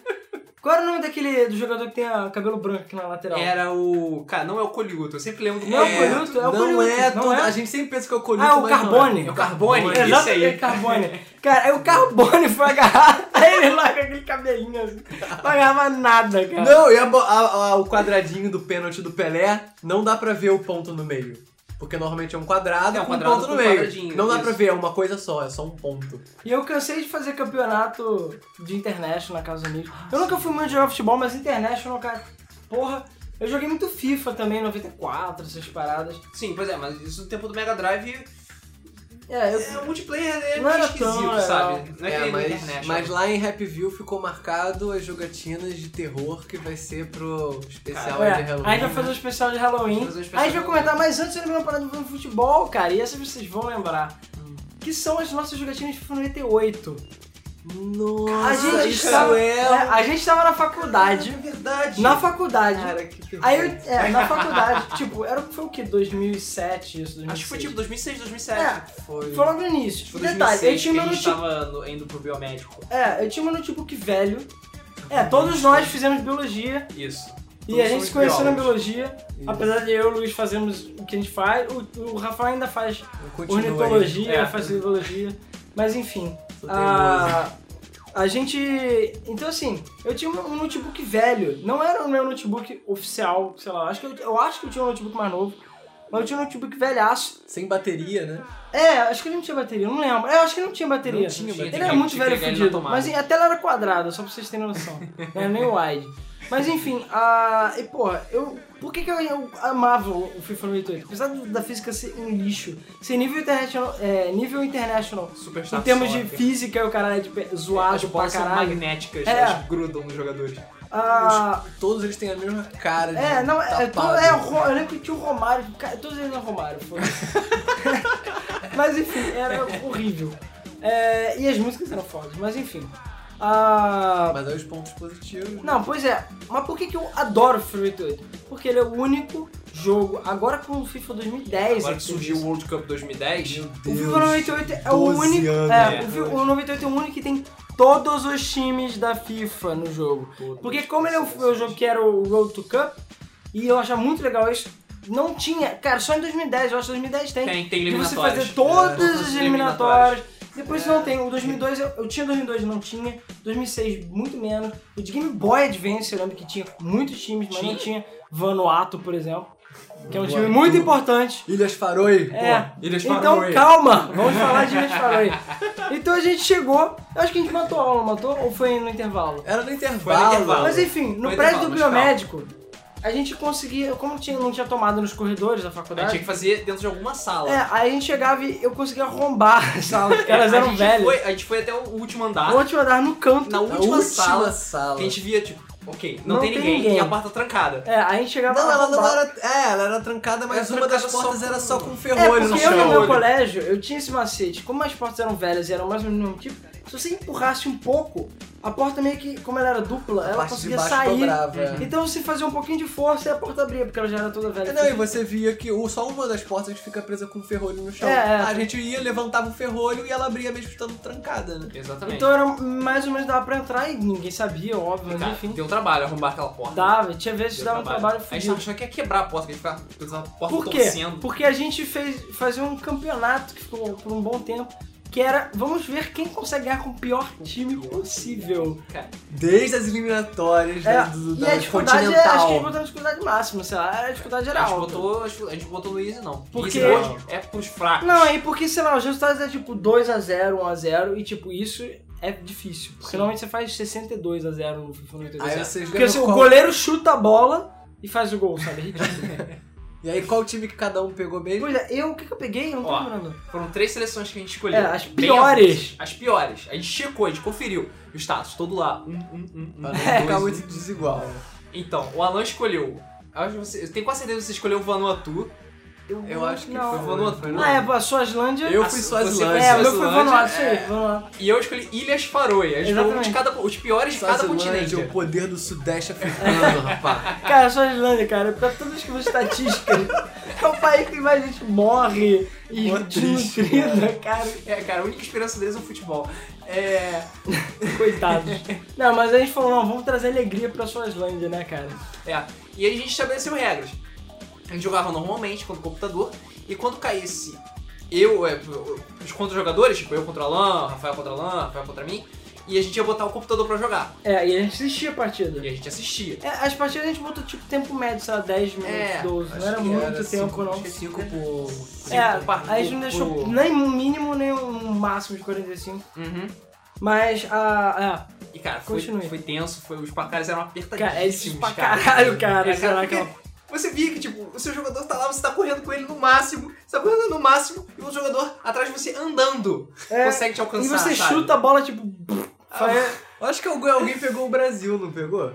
A: Qual era o nome daquele do jogador que tem a- o cabelo branco aqui na lateral?
B: Era o. Cara, não é o Coliuto, eu sempre lembro do
A: Não,
B: Coliuto.
A: o Coliuto, é o
C: não
A: Coliuto,
C: é,
A: não
C: todo-
A: é?
C: A gente sempre pensa que é o Coliuto.
A: Ah, o
C: mas não é.
A: Carbone.
B: É o Carbone,
A: Exato,
B: esse aí.
A: aquele Carbone. Cara, aí o Carbone foi agarrar, aí ele lá com aquele cabelinho assim. Não agarrava nada, cara.
C: Não, e a bo- a- a- o quadradinho do pênalti do Pelé, não dá pra ver o ponto no meio. Porque normalmente é um quadrado
B: É, um
C: com
B: quadrado
C: um ponto
B: com
C: no
B: um
C: meio.
B: quadradinho,
C: Não dá
B: isso.
C: pra ver, é uma coisa só, é só um ponto.
A: E eu cansei de fazer campeonato de internet na casa dos amigos. Eu nunca fui muito jogar futebol, mas internet, cara, porra, Eu joguei muito FIFA também, 94, essas paradas.
B: Sim, pois é, mas isso no tempo do Mega Drive
A: É, eu.
B: é, o multiplayer é
A: Não
B: meio
A: era
B: esquisito,
A: tão legal.
B: sabe? Não é, que
C: É,
B: nem no
C: mas,
B: internet.
C: mas lá em Happyville ficou marcado as jogatinas de terror que vai ser pro especial
A: É,
C: aí de Halloween. né?
A: a gente vai fazer um especial de Halloween.
B: Fazer um especial
A: Aí a gente vai
B: de
A: comentar, mas antes eu lembrei uma parada do futebol, cara, e essas vocês vão lembrar. Que são as nossas jogatinas de FIFA 98.
C: Nossa,
A: A gente
C: isso
A: tava,
C: é...
A: é, a gente tava na faculdade.
C: verdade.
A: Na faculdade.
C: Cara, que perfeito.
A: Aí eu, é, na faculdade, tipo, era, foi o que? 2007, isso, 2006.
B: Acho que foi tipo 2006, 2007.
A: É,
C: Foi...
A: foi logo no início.
B: Foi
A: Detalhe, eu
B: 2006 que
A: tinha meu
B: a gente
A: notebook.
B: tava no- indo pro biomédico.
A: É, eu tinha meu notebook velho. É, todos nós fizemos biologia.
B: Isso.
A: E
B: Todos
A: a gente
B: somos
A: se conheceu na
B: biólogos.
A: biologia. Apesar de eu e o Luiz fazermos o que a gente faz, o, o Rafael ainda faz
C: Continua aí.
A: ornitologia,
B: É.
A: faz biologia. Mas enfim.
C: Sou teimoso.
A: A, a gente. Então assim, eu tinha um notebook velho. Não era o meu notebook oficial, sei lá. Acho que eu, eu acho que eu tinha um notebook mais novo. Mas eu tinha um notebook velhaço.
C: Sem bateria, né?
A: É, acho que ele não tinha bateria, não lembro. É, acho que ele não tinha bateria.
C: Não tinha bateria.
A: Ele era
B: Tinha
A: muito
B: que
A: velho e
B: pegar ele na
A: fudido.
B: tomada.
A: Mas a tela era quadrada, só pra vocês terem noção. Não era nem wide. Mas enfim, a. E porra, eu. Por que, que eu, eu amava o FIFA 98? Apesar do- da física ser um lixo, ser nível international, é, nível international
B: Superstar
A: em termos de
B: Soccer.
A: física, o cara é de pe-
B: As
A: zoado pra
B: bolas são
A: caralho.
B: magnéticas,
A: É.
B: elas grudam nos jogadores.
A: Ah,
C: Todos eles têm a mesma cara de
A: é, não, é, to-
C: tapado.
A: é, o Ro- eu lembro que tinha o Romário, cara, todos eles eram Romário, foi. mas enfim, era horrível. É, e as músicas eram fodas, mas enfim. Ah,
C: Mas aí os pontos positivos...
A: não, pois é, mas por que, que eu adoro o FIFA 88? Porque ele é o único jogo, agora com o FIFA 2010.
B: Agora
A: é
B: que surgiu o World Cup 2010,
A: O FIFA 98 é o
C: 12
A: único.
C: anos,
A: é,
B: né?
A: o, fi- o 98 é o único que tem todos os times da FIFA no jogo. Porque como ele é o, é o jogo que era o Road to Cup, e eu achava muito legal isso, não tinha. Cara, só em 2010, eu acho que 2010 tem.
B: tem, tem
A: de você
B: eliminatórias. É.
A: fazer todas
B: todas
A: as
B: as
A: eliminatórias. Depois não tem. O 2002, eu, eu tinha 2002, não tinha. 2006, muito menos. O de Game Boy Advance, eu lembro que tinha muitos times, mas não tinha Vanuatu, por exemplo. Que é um time
C: Vanuatu.
A: muito importante.
C: Ilhas Faroe.
A: É.
C: pô. Ilhas
A: Então
C: Faroe.
A: calma, vamos falar de Ilhas Faroe. Então a gente chegou, eu acho que a gente matou a aula, matou? Ou foi no intervalo?
C: Era no
B: Foi no intervalo.
C: intervalo.
A: Mas enfim, no
B: Foi
A: prédio do
B: intervalo, mas calma.
A: biomédico, a gente conseguia, como tinha, não tinha tomado nos corredores da
B: A gente tinha
A: faculdade,
B: que fazer dentro de alguma sala.
A: é, aí a gente chegava e eu conseguia arrombar as salas, porque elas
B: A
A: eram
B: gente
A: velhas.
B: foi- a gente foi até o último andar.
A: O último andar no canto.
B: Na
C: Na
B: última, sala,
C: sala.
B: que a gente via, tipo, ok, não,
A: Não
B: tem,
A: tem
B: ninguém,
A: ninguém.
B: e a porta tá trancada.
A: É, aí a gente chegava
C: Não, ela não
A: arrombava.
C: era. É, ela era trancada, mas
B: Era
C: uma das
B: trancada só
C: portas
B: com-
C: era só com um
A: É,
C: ferrolho no
A: porque eu no
C: chão.
A: meu colégio, eu tinha esse macete. Como as portas eram velhas e eram mais ou menos do mesmo tipo, se você empurrasse um pouco, a porta meio que, como ela era dupla, ela
C: parte de
A: conseguia
C: baixo
A: sair.
C: dobrava, é.
A: Então você fazia um pouquinho de força e a porta abria, porque ela já era toda velha.
C: Não, e você via que o- só uma das portas fica presa com ferrolho no chão.
A: É, é.
C: A gente ia, levantava o ferrolho e ela abria mesmo estando trancada, né?
B: Exatamente.
A: Então era mais ou menos dava pra entrar e ninguém sabia, óbvio,
B: Cara,
A: mas enfim.
B: deu trabalho arrombar aquela porta.
A: Dava, tinha vezes que
B: Deu
A: dava um trabalho
B: A gente tava
A: fudido.
B: achando que ia quebrar a porta, que a gente ficava pensando, a porta
A: Por quê?
B: tipo, torcendo.
A: Porque a gente fez fazer um campeonato que ficou por um bom tempo, que era vamos ver quem consegue ganhar com o pior time possível.
B: Cara,
C: Desde as eliminatórias
A: É,
C: da, do,
A: e
C: da
A: a dificuldade, acho que é a
C: Continental.
A: gente botou na dificuldade máxima, sei lá, a dificuldade era
B: a gente,
A: alta.
B: botou, a gente botou no Easy, não.
A: Porque-
B: Easy hoje é pros fracos.
A: Não, aí porque, sei lá, os resultados é tipo 2x0, 1x0, e tipo, isso é difícil. Porque normalmente você faz 62x0 no FIFA 92.
C: Aí vocês
A: Porque
C: ganham
A: assim, o
C: qual-
A: goleiro chuta a bola e faz o gol, sabe? É ridículo.
C: E aí qual time que cada um pegou mesmo?
A: Pois é, eu, o que, que eu peguei? Eu não tô
B: Ó.
A: lembrando.
B: Foram três seleções que a gente escolheu.
A: É, as
B: Bem
A: piores.
B: avulsas. As piores. A gente checou, a gente conferiu. O status, todo lá. Um, um, um, um.
C: Pra não
B: dois,
C: ficar
B: um.
C: é muito desigual.
B: Então, o Alan escolheu. Eu, acho que você, eu tenho quase certeza que você escolheu o Vanuatu.
C: Eu acho que
A: não.
C: foi
B: Vanuatu.
C: foi
A: Ah, é, a Suazilândia.
C: Eu
A: Ah,
C: fui
B: você
C: só
B: foi
A: É, o meu foi
B: Suazilândia,
A: Vanuatu, isso aí,
B: é.
A: Vanuatu.
B: E eu escolhi Ilhas Faroe. A gente escolheu um
A: Exatamente.
B: de cada, os piores de cada continente.
C: o poder do sudeste africano, rapaz.
A: Cara, Suazilândia, cara, pra todas as coisas estatísticas, é o país que mais gente morre e
C: Mó triste,
A: desnutrida, cara.
B: É, cara, a única esperança deles é o futebol. É.
A: Coitados. Não, mas a gente falou, não, vamos trazer alegria pra Suazilândia, né, cara?
B: É. E aí a gente estabeleceu regras. A gente jogava normalmente contra o computador e quando caísse eu, é, os contra jogadores, tipo eu contra Alan, Rafael contra Alan, Rafael contra mim, e a gente ia botar o computador pra jogar.
A: É, e a gente assistia a partida.
B: E a gente assistia.
A: É, as partidas a gente botou tipo tempo médio, sei lá, 10 minutos,
B: É,
A: 12. Não
C: Acho
A: era
C: que
A: muito
C: era
A: tempo,
C: cinco-
A: não.
C: acho que cinco por... cinco
A: É,
B: por par-
A: aí a gente não
B: por-
A: deixou
B: por-
A: nem um mínimo, nem um máximo de 45.
B: Uhum.
A: Mas a.
B: E cara, foi,
A: Continue.
B: foi tenso, foi, os placares eram apertadíssimos,
A: Cara, é difícil pra
B: cara.
A: caralho, cara.
B: É, cara,
A: Será que
B: porque Você via que, tipo, o seu jogador tá lá, você tá correndo com ele no máximo, você tá correndo no máximo, e o jogador atrás de você andando
A: É,
B: consegue te alcançar,
A: E você
B: sabe?
A: chuta a bola, tipo. faz-
C: Acho que alguém, alguém pegou o Brasil, não pegou?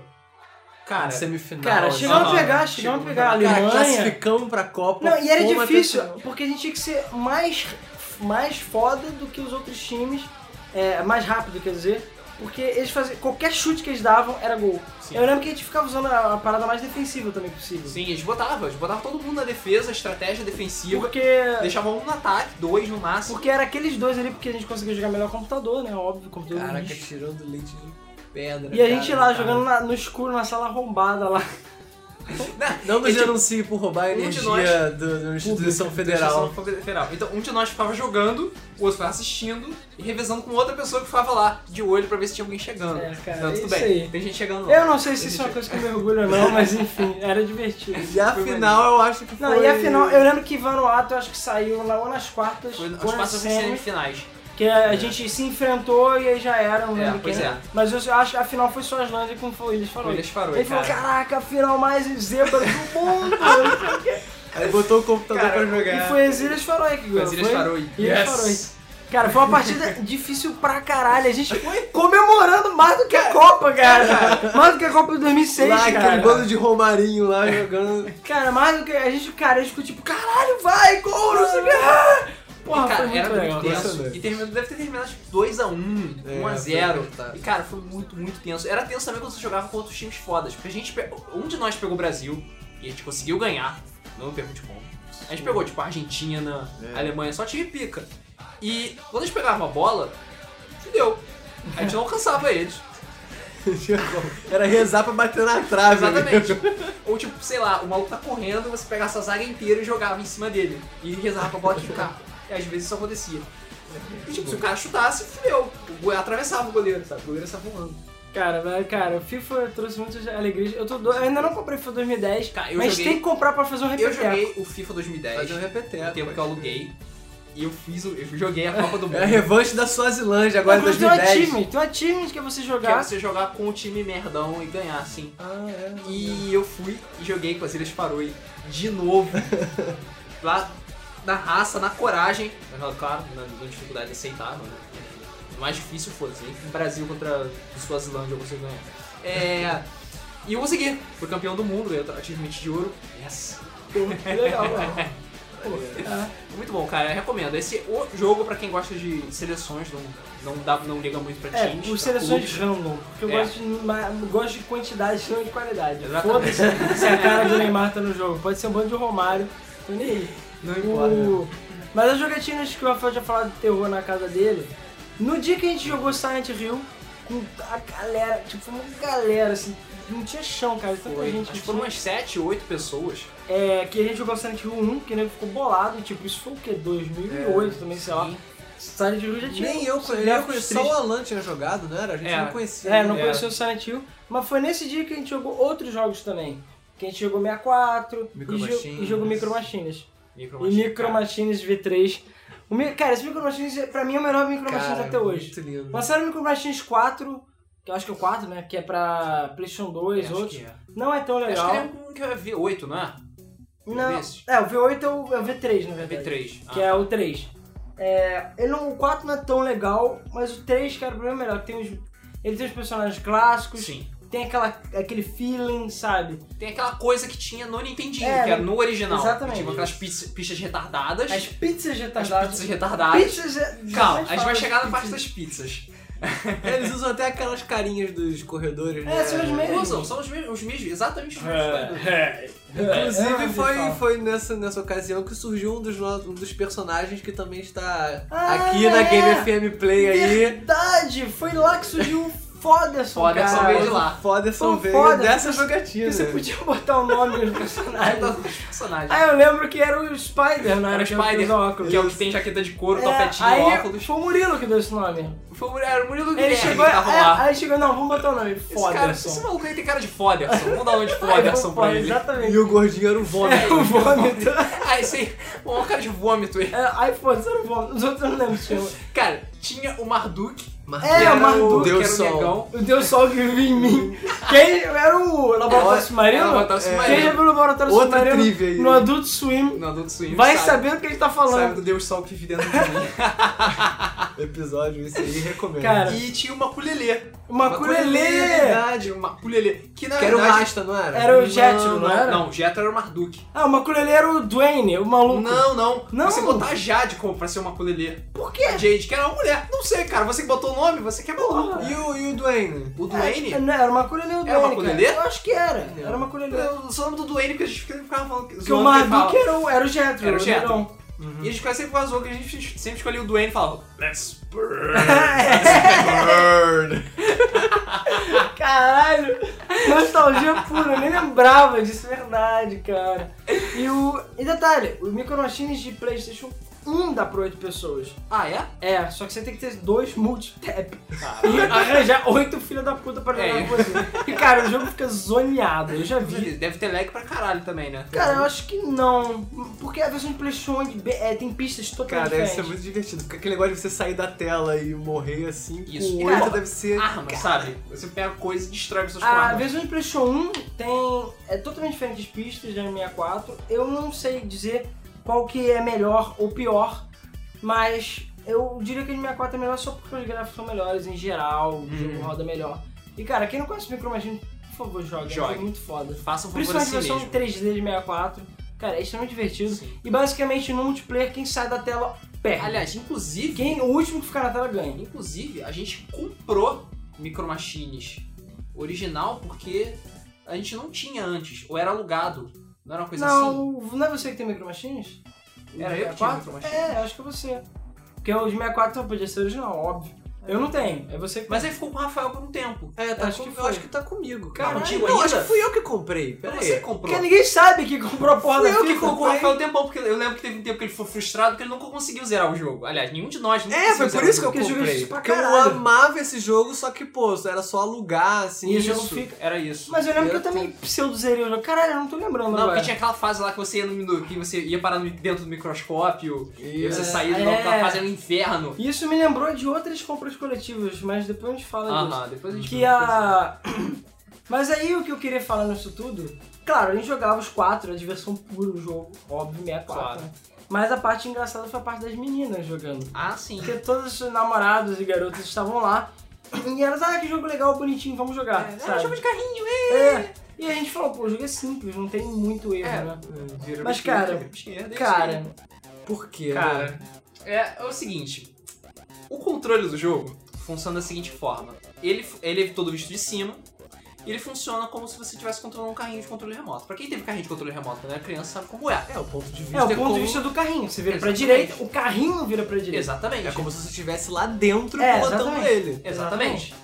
B: Cara,
C: Semifinal.
A: Cara,
C: assim.
A: chegamos a
B: não,
A: pegar,
B: não,
A: chegamos a
B: não,
A: pegar. A
C: Cara,
A: Alemanha.
C: classificamos pra Copa.
A: Não, e era
C: como
A: difícil,
C: até-
A: porque a gente tinha que ser mais, mais foda do que os outros times, é, mais rápido, quer dizer, porque eles faziam, qualquer chute que eles davam era gol.
B: Sim.
A: Eu lembro que a gente ficava usando a, a parada mais defensiva também possível.
B: sim, eles botavam, eles botavam todo mundo na defesa, estratégia defensiva,
A: Porque,
B: deixavam um no ataque, dois no máximo.
A: porque era aqueles dois ali, porque a gente conseguia jogar melhor computador, né? Óbvio, computador.
C: Caraca,
A: lixo.
C: tirando leite de pedra.
A: E a gente
C: cara,
A: lá
C: cara.
A: jogando na- no escuro, na sala arrombada lá.
C: Não nos
B: É tipo,
C: denuncie por roubar a
B: um de
C: energia
B: nós-
C: do- da instituição federal.
B: Instituição Federal. Então, um de nós ficava jogando, o outro ficava assistindo e revezando com outra pessoa que ficava lá de olho pra ver se tinha alguém chegando.
A: É, cara,
B: então, tudo
A: isso
B: bem.
A: aí.
B: Tem gente chegando lá.
A: Eu não sei se isso é uma coisa que eu me orgulho ou não, mas enfim, era divertido.
C: E afinal, eu acho que foi...
A: Não, e afinal, eu lembro que Vanuatu acho que saiu lá ou nas quartas,
B: Foi nas
A: ou nas
B: quartas de
A: semis.
B: semifinais.
A: Que a gente se enfrentou e aí já era, não
B: É,
A: lembro
B: pois
A: quem.
B: é.
A: Mas eu acho que a final foi só a Islândia com o Willis falou.
B: Willis Farou,
A: Ele falou, ah,
B: cara.
A: caraca, a final mais zebra do mundo. não sei o quê.
C: Aí botou o computador
B: Cara,
C: pra jogar.
A: e foi assim, as Ilhas Faroe que ganhou.
B: As Ilhas
A: foi?
B: Faroe.
A: Ilhas
B: assim, Yes.
A: Faroe. Cara, foi uma partida difícil pra caralho. A gente foi comemorando mais do que a Copa, cara. Mais do que a Copa de 2006,
C: lá, aquele
A: cara.
C: bando de Romarinho lá jogando.
A: Cara, mais do que... A gente, cara, a gente ficou tipo, caralho, vai, gol, não sei o que. Porra,
B: e, cara,
A: foi muito
B: era
A: legal.
B: muito tenso.
C: Impressionante.
B: E terminou, deve ter terminado tipo 2x1,
C: É,
B: 1x0.
C: foi apertado.
B: E cara, foi muito, muito tenso. Era tenso também quando você jogava com outros times fodas. Porque a gente. pe- Um de nós pegou o Brasil e a gente conseguiu ganhar. Não pergunte como. A gente pegou, tipo, a Argentina,
C: É.
B: a Alemanha, só time pica. E quando a gente pegava uma bola, fudeu. A gente não alcançava eles.
C: Era rezar pra bater na trave. né?
B: Exatamente. Ou tipo, sei lá, o maluco tá correndo, você pegava essa zaga inteira e jogava em cima dele. E rezava pra bola quicar. E às vezes isso acontecia. E tipo, se o cara chutasse, fudeu. O goleiro atravessava o goleiro, sabe? O goleiro estava voando.
A: Cara, mas, cara, o FIFA trouxe muitas alegrias. Eu, tô do... eu ainda não comprei o FIFA 2010,
B: Cara, Tá, eu
A: mas
B: joguei-
A: tem que comprar pra fazer um
B: Eu
A: repeteco.
B: joguei o FIFA 2010,
C: Fazer um
B: no
C: repeteco.
B: tempo que eu aluguei. E eu fiz o. Eu joguei a Copa do
C: É a
B: Mundo.
C: revanche da Suazilândia agora em
A: Inclusive, tem um
C: 2010.
A: achievement, tem um achievement que é você
B: Que é
A: jogar.
B: você jogar com o time merdão e ganhar, assim.
C: Ah, é.
B: E eu fui e joguei com as Ilhas Faroe de novo. lá na raça, na coragem. Mas, Claro, na, na dificuldade aceitável, né? O mais difícil fosse. Enfim, Brasil contra Suazilândia eu consegui ganhar. É. E eu consegui. Fui campeão do mundo, ganhei o achievement de ouro. Yes.
A: é Legal, né? é. mano.
B: Muito bom, cara. Eu recomendo. Esse é o jogo pra quem gosta de seleções, não, não, dá, não liga muito pra
A: É,
B: times.
A: por
B: pra
A: seleções
B: clubes.
A: random, porque eu
B: tá É.
A: gosto, de, ma- gosto de quantidade, não de qualidade.
B: Exatamente.
A: Foda-se se a cara do Neymar tá no jogo, pode ser um bando de Romário, tô nem aí.
C: Não
A: O- Mas as jogatinas que o Rafael tinha falado de terror na casa dele, no dia que a gente jogou Silent Hill, com a galera, tipo, foi uma galera, assim, não tinha chão, cara, tanta
B: Foi.
A: gente.
B: Acho que foram umas 7, 8 pessoas.
A: É, que a gente jogou Silent Hill 1, que ele ficou bolado, e tipo, isso foi o quê? 2008 também, sei lá.
B: É, Sim.
A: Silent Hill já tinha.
C: Nem eu
A: conhecia.
C: conhecia. Só o Alan tinha jogado, não era? A gente
B: Era.
C: não conhecia.
A: É, não
B: É.
A: conheceu o Silent Hill. Mas foi nesse dia que a gente jogou outros jogos também. Que a gente jogou 64
C: Micro
A: e, jo-
C: Machines.
A: e jogou Micro Machines.
B: Micro
A: E Micro Machines V3. O mi- Cara, esse Micro Machines, é- pra mim, é o melhor Micro Machines
C: Cara,
A: até hoje.
C: Muito lindo.
A: Lançaram o Micro Machines 4, que eu acho que é o 4, né? Que é pra PlayStation 2,
B: Acho
A: outros.
B: que é.
A: Não é tão
B: Acho
A: legal.
B: que ele é um que é V8, não é?
A: Não.
B: desses. Ah,
A: É, o V8 é o, é o V3, na verdade.
B: V3.
A: que é o 3. É, ele não, o 4 não é tão legal, mas o 3, cara, pra mim é melhor. Tem os, ele tem os personagens clássicos,
B: Sim.
A: tem aquela, aquele feeling, sabe?
B: Tem aquela coisa que tinha no Nintendinho,
A: É,
B: que era no original.
A: exatamente.
B: Tipo aquelas pizza- pichas retardadas.
A: As pizzas
B: as
A: retardadas.
B: pizzas retardadas.
A: Pizzas é-
B: Calma,
A: jamais
B: a gente
A: fala
B: vai
A: de
B: chegar na
A: pizza.
B: parte das pizzas.
C: Eles usam até aquelas carinhas dos corredores, né?
A: É, são os mesmos.
B: Usam, são os mesmos, os mesmos exatamente os mesmos. né? cara.
A: É,
C: Inclusive, foi,
A: fala.
C: foi nessa, nessa ocasião que surgiu um dos, no- um dos personagens que também está
A: Ah,
C: aqui na
A: é.
C: Game FM Play aí.
A: Verdade! Foi lá que surgiu o Foderson,
B: Foderson
A: cara.
B: veio de lá.
C: Foderson
A: Pô,
C: veio
A: foda,
C: dessa
A: você-
C: jogatina.
A: Que Você podia botar o nome do personagem.
B: Tá os personagens.
A: Ah, eu lembro que era o Spider, não
B: Era
A: era
B: o
A: que eu
B: Spider,
A: fiz o óculos.
B: que é o que tem jaqueta de couro,
A: É,
B: topetinho,
A: aí
B: óculos.
A: Foi o Murilo que deu esse nome.
B: Foi o- era o Murilo
A: Ele
B: Guilherme
A: chegou,
B: que tava
A: é,
B: lá.
A: aí chegou, não, vamos botar o nome,
B: Esse, cara,
A: Foderson. é
B: esse maluco aí tem cara de Foderson. Vamos dar um de Foderson pra ele.
A: Exatamente.
C: E o gordinho era o Vômito.
A: É o vômito.
B: Ah, esse aí, uma cara de vômito aí.
A: É, aí, pô, você não vômito. Os outros eu não lembro se chama.
B: Cara, tinha o Marduk,
C: Marduk.
A: É, o Marduk.
C: Deu
B: que era o
C: sol.
B: negão.
A: O Deus Sol que vive em mim. Quem era o Laboratório Submarino?
B: Era assim,
A: É.
B: o Laboratório
A: Quem
B: Submarino.
A: já viu o Laboratório
C: Outra
A: Submarino
C: trivia aí.
A: no Adult Swim
B: No Adult Swim.
A: vai
B: sabe,
A: saber o que ele tá
B: Sabe
A: falando.
B: do Deus Sol que vive dentro de mim.
C: Episódio, isso aí recomendo.
A: Cara,
B: e tinha uma culelê.
A: uma culelê!
B: verdade, uma culelê. Que na
C: que era o
B: verdade...
C: Rasta, não era?
A: Era o Jetro, não era?
B: Não, o Jetro era o Marduk.
A: Ah, uma culelê era o Dwayne, o maluco.
B: Não, não.
A: Não. É.
B: Você botar a Jade como pra ser uma culelê.
A: Por quê?
B: A Jade, que era uma mulher. Não sei, cara. Você que botou o nome, você que é maluco.
C: E o, e o Dwayne?
B: O Duane?
A: Não, É, era uma culelê o Dwayne,
B: Era uma
A: cara.
B: ukulele?
A: Eu acho que era. Era uma culelê.
B: Eu só lembro do Duane porque a gente ficava falando que
A: Porque tipo, o Marduk é- era o, era o Jetro.
B: Era o Jethro.
A: negão.
B: E a gente ficava sempre zoando que a gente sempre escolhia o Duane e falava Let's burn.
C: Bird.
A: Caralho, nostalgia pura, eu nem lembrava disso, verdade, cara. E o. E detalhe, o Micro Machines de Playstation 1 dá pra 8 pessoas.
B: ah, é?
A: É, só que você tem que ter dois multitap e arranjar oito filha da puta pra jogar
B: É.
A: com você. E cara, o jogo fica zoneado, eu já vi.
B: Deve ter lag pra caralho também, né?
A: Cara, eu acho que não. Porque a versão de Playstation 1 é de- é, tem pistas totalmente
C: Cara, deve ser
A: diferentes.
C: muito divertido. Porque aquele negócio de você sair da tela e morrer assim,
B: Isso.
C: com
B: E, cara,
C: oito deve ser...
B: Arma, sabe? Você pega coisa e destrói pessoas com
A: A
B: arma.
A: versão de PlayStation 1 tem é totalmente diferente das pistas da N64. Eu não sei dizer qual que é melhor ou pior, mas eu diria que a N64 é melhor só porque os gráficos são melhores em geral, o
C: Uhum.
A: jogo roda melhor. E cara, quem não conhece o Micro Machine, por favor, jogue. É um
B: Jogue.
A: jogo muito foda.
B: Faça um favor a
A: Principalmente a
B: si
A: versão
B: mesmo.
A: 3D de 64. Cara, é extremamente divertido.
B: Sim.
A: E basicamente no multiplayer, quem sai da tela perde.
B: É, Aliás, inclusive,
A: quem, o último que ficar na tela ganha.
B: inclusive, a gente comprou Micro Machines original porque a gente não tinha antes, ou era alugado. Não era uma coisa assim?
A: não, não é você que tem Micro Machines?
B: Era eu que tinha
A: 64?
B: Micro Machines.
A: É, acho que é você. Porque o de 64 podia ser original, óbvio. Eu não tenho, é você que
B: Mas aí ficou com o Rafael por um tempo.
C: É,
A: tá
C: acho
A: com-
C: que
A: eu
C: eu
A: acho
C: acho que tá comigo,
B: cara.
C: cara.
B: Digo
C: não,
B: ainda.
C: acho que fui eu que comprei. Pera
B: Então
C: aí.
B: você comprou.
A: Porque ninguém sabe que comprou a porra
B: Fui
A: da
B: eu que
A: fita.
B: ficou com o Rafael um tempão, porque eu lembro que teve um tempo que ele foi frustrado porque ele nunca conseguiu zerar o jogo. Aliás, nenhum de nós nunca
C: É, foi
B: conseguiu
C: por isso que eu
A: Porque joguei
C: comprei.
A: isso pra
C: Porque eu
A: caralho.
C: amava esse jogo, só que, pô, era só alugar, assim.
A: E o jogo
C: isso.
A: fica.
B: Era isso.
A: Mas é. eu lembro que eu também pseudo-zerei o jogo. Caralho, eu não tô lembrando
B: Não,
A: agora.
B: porque tinha aquela fase lá que você ia, no, no- que você ia parar no- dentro do microscópio, e
C: Isso.
B: você saía de
A: É.
B: novo, aquela fase era no um inferno.
A: Isso me lembrou de outras compras coletivas, mas depois a gente fala disso.
B: Aham, depois a gente...
A: Que a. Mas aí o que eu queria falar nisso tudo, claro, a gente jogava os quatro, a diversão pura, o jogo, óbvio, 64.
B: Claro.
A: né? Mas a parte engraçada foi a parte das meninas jogando.
B: Ah, sim.
A: Porque todos os namorados e garotas estavam lá. E elas, ah, que jogo legal, bonitinho, vamos jogar.
B: Ah,
A: sabe?
B: chama de carrinho, hein?
A: É. E a gente falou, pô, o jogo é simples, não tem muito erro,
B: É.
A: né?
B: Vira
A: Mas,
B: pra
A: cara,
B: esquerda, esquerda,
A: Cara,
B: esquerda.
C: Por quê? né?
B: Cara, é, é o seguinte. O controle do jogo funciona da seguinte forma. Ele, ele é todo visto de cima. E ele funciona como se você estivesse controlando um carrinho de controle remoto. Pra quem teve carrinho de controle remoto quando era criança, sabe como é.
C: É, o ponto de
A: é
C: vista
A: o
C: é,
A: ponto
C: como...
A: de vista do carrinho. Você vira
B: Exatamente.
A: pra direita, o carrinho vira pra direita.
B: Exatamente.
C: é como se você estivesse lá dentro
A: É,
C: pilotando
A: exatamente.
C: ele.
B: Exatamente.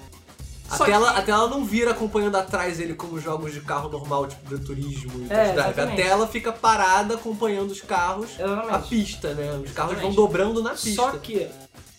C: A
B: Só que-
C: tela, a tela não vira acompanhando atrás ele como jogos de carro normal, tipo de turismo e
A: É,
C: tal. a
A: exatamente.
C: tela fica parada acompanhando os carros, a
A: Exatamente.
C: pista, né? Os carros vão
B: Exatamente.
C: dobrando na pista.
A: Só que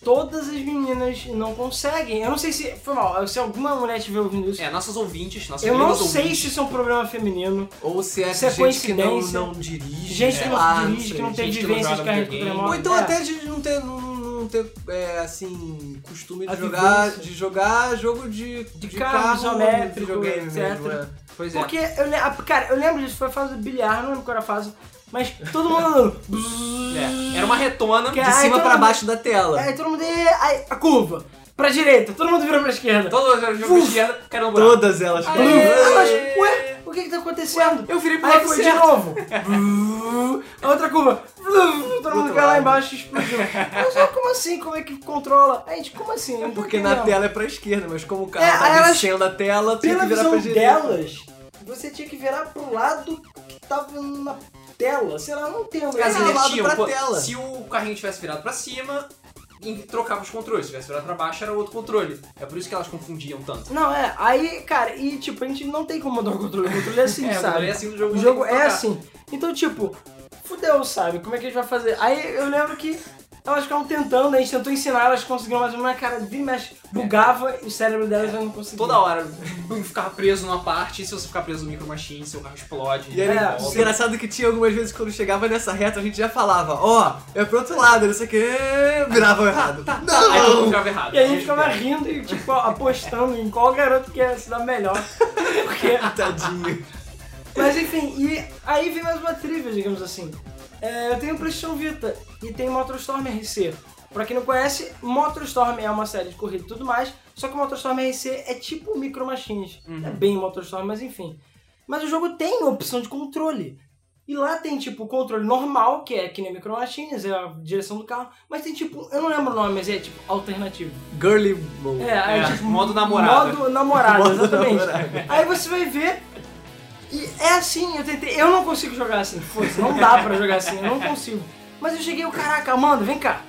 A: todas as meninas não conseguem. Eu não sei se. Foi mal, se alguma mulher estiver ouvindo isso.
B: É, nossos ouvintes, nossos
A: Eu não
B: queridos
A: sei
B: ouvintes,
A: se isso é um problema feminino.
C: Ou se é,
A: Isso é
C: gente que não,
A: coincidência.
C: não dirige.
A: Gente que
C: sei
A: não
C: lá,
A: se dirige, que
C: sei.
A: não tem
B: Gente que não
A: vivência de
B: joga
A: carrinho de
B: videogame.
A: telemóvel.
C: Ou então
A: É.
C: até a gente não ter, não, não ter é, assim, costume
A: A
C: de jogar,
A: vivência.
C: de jogar jogo de, de,
A: carro, isométrico,
C: videogame mesmo,
A: etc.
C: é.
B: Pois é.
A: Porque, eu, le- ah, cara, eu lembro disso, foi a fase do bilhar, não lembro qual era a fase, mas todo mundo andando. Bzzz.
B: É, Era uma retona.
A: Que
C: De
A: Ah,
C: cima
A: então-
C: pra baixo da tela.
A: Aí todo mundo, e- aí, a curva, pra direita, todo mundo vira pra esquerda.
B: Todo jogo de esquerda, cara no buraco.
C: Todas elas.
A: Aí, eu acho, ué, o que que tá acontecendo?
B: Eu virei pro
A: Aí
B: lado assim,
A: foi de
B: certo.
A: novo. Bzzz. a outra curva. Bzzz. todo mundo
C: Outro
A: caiu lá
C: lado.
A: embaixo e explodiu. Mas ó, como assim? Como é que controla? Aí, gente, como assim? Eu não tô
C: Porque na
A: entendendo.
C: tela é pra esquerda, mas como o
A: É,
C: carro
A: aí
C: tá
A: elas-
C: descendo a tela, tem
A: Pela
C: que virar pra
A: visão
C: direita.
A: delas, você tinha que virar pro lado que tava na tela. Sei lá, não um entendo.
B: Mas
C: Era
B: eles
C: lado
B: tinham,
C: pra
B: pô,
C: tela.
B: um Se o carrinho tivesse virado pra cima, em- trocava os controles. Se tivesse virado pra baixo, era outro controle. É por isso que elas confundiam tanto.
A: Não, é, aí, cara, e tipo, a gente não tem como dar o controle, o controle é assim,
B: é, o controle
A: sabe?
B: é assim do jogo.
A: O
B: não
A: jogo
B: tem que
A: é
B: trocar.
A: assim. Então, tipo, fudeu, sabe? Como é que a gente vai fazer? Aí eu lembro que Elas ficavam tentando, a gente tentou ensinar, elas conseguiram, mas uma cara de mexe, bugava e o cérebro delas não conseguia.
B: Toda hora, bum, ficava preso numa parte, e se você ficar preso no micro machine, seu carro explode.
C: E era
A: É,
B: volta.
C: engraçado que tinha algumas vezes quando chegava nessa reta, a gente já falava, ó, é pro outro lado, não sei o que, virava errado.
A: Tá,
C: Não!
B: Aí todo mundo ficava errado. É,
A: E a gente ficava rindo e, tipo, apostando em qual garoto que ia se dar melhor. Porque
C: Tadinho.
A: Mas enfim, e aí vem mais uma trivia, digamos assim. É, eu tenho o PlayStation Vita e tem MotorStorm RC. Pra quem não conhece, MotorStorm é uma série de corrida e tudo mais, só que o MotorStorm RC é tipo o Micro Machines. É bem MotorStorm, mas enfim. Mas o jogo tem opção de controle. E lá tem tipo o controle normal, que é que nem Micro Machines, é a direção do carro, mas tem tipo, eu não lembro o nome, mas é tipo alternativo.
C: Girly mode.
A: É, aí,
B: É,
A: tipo,
B: modo namorada.
A: Modo namorada,
C: Modo
A: exatamente.
C: namorada.
A: Aí você vai ver. E é assim, eu tentei. Eu não consigo jogar assim. Foda-se, não dá pra jogar assim, eu não consigo. Mas eu cheguei, o caraca, mano, vem cá.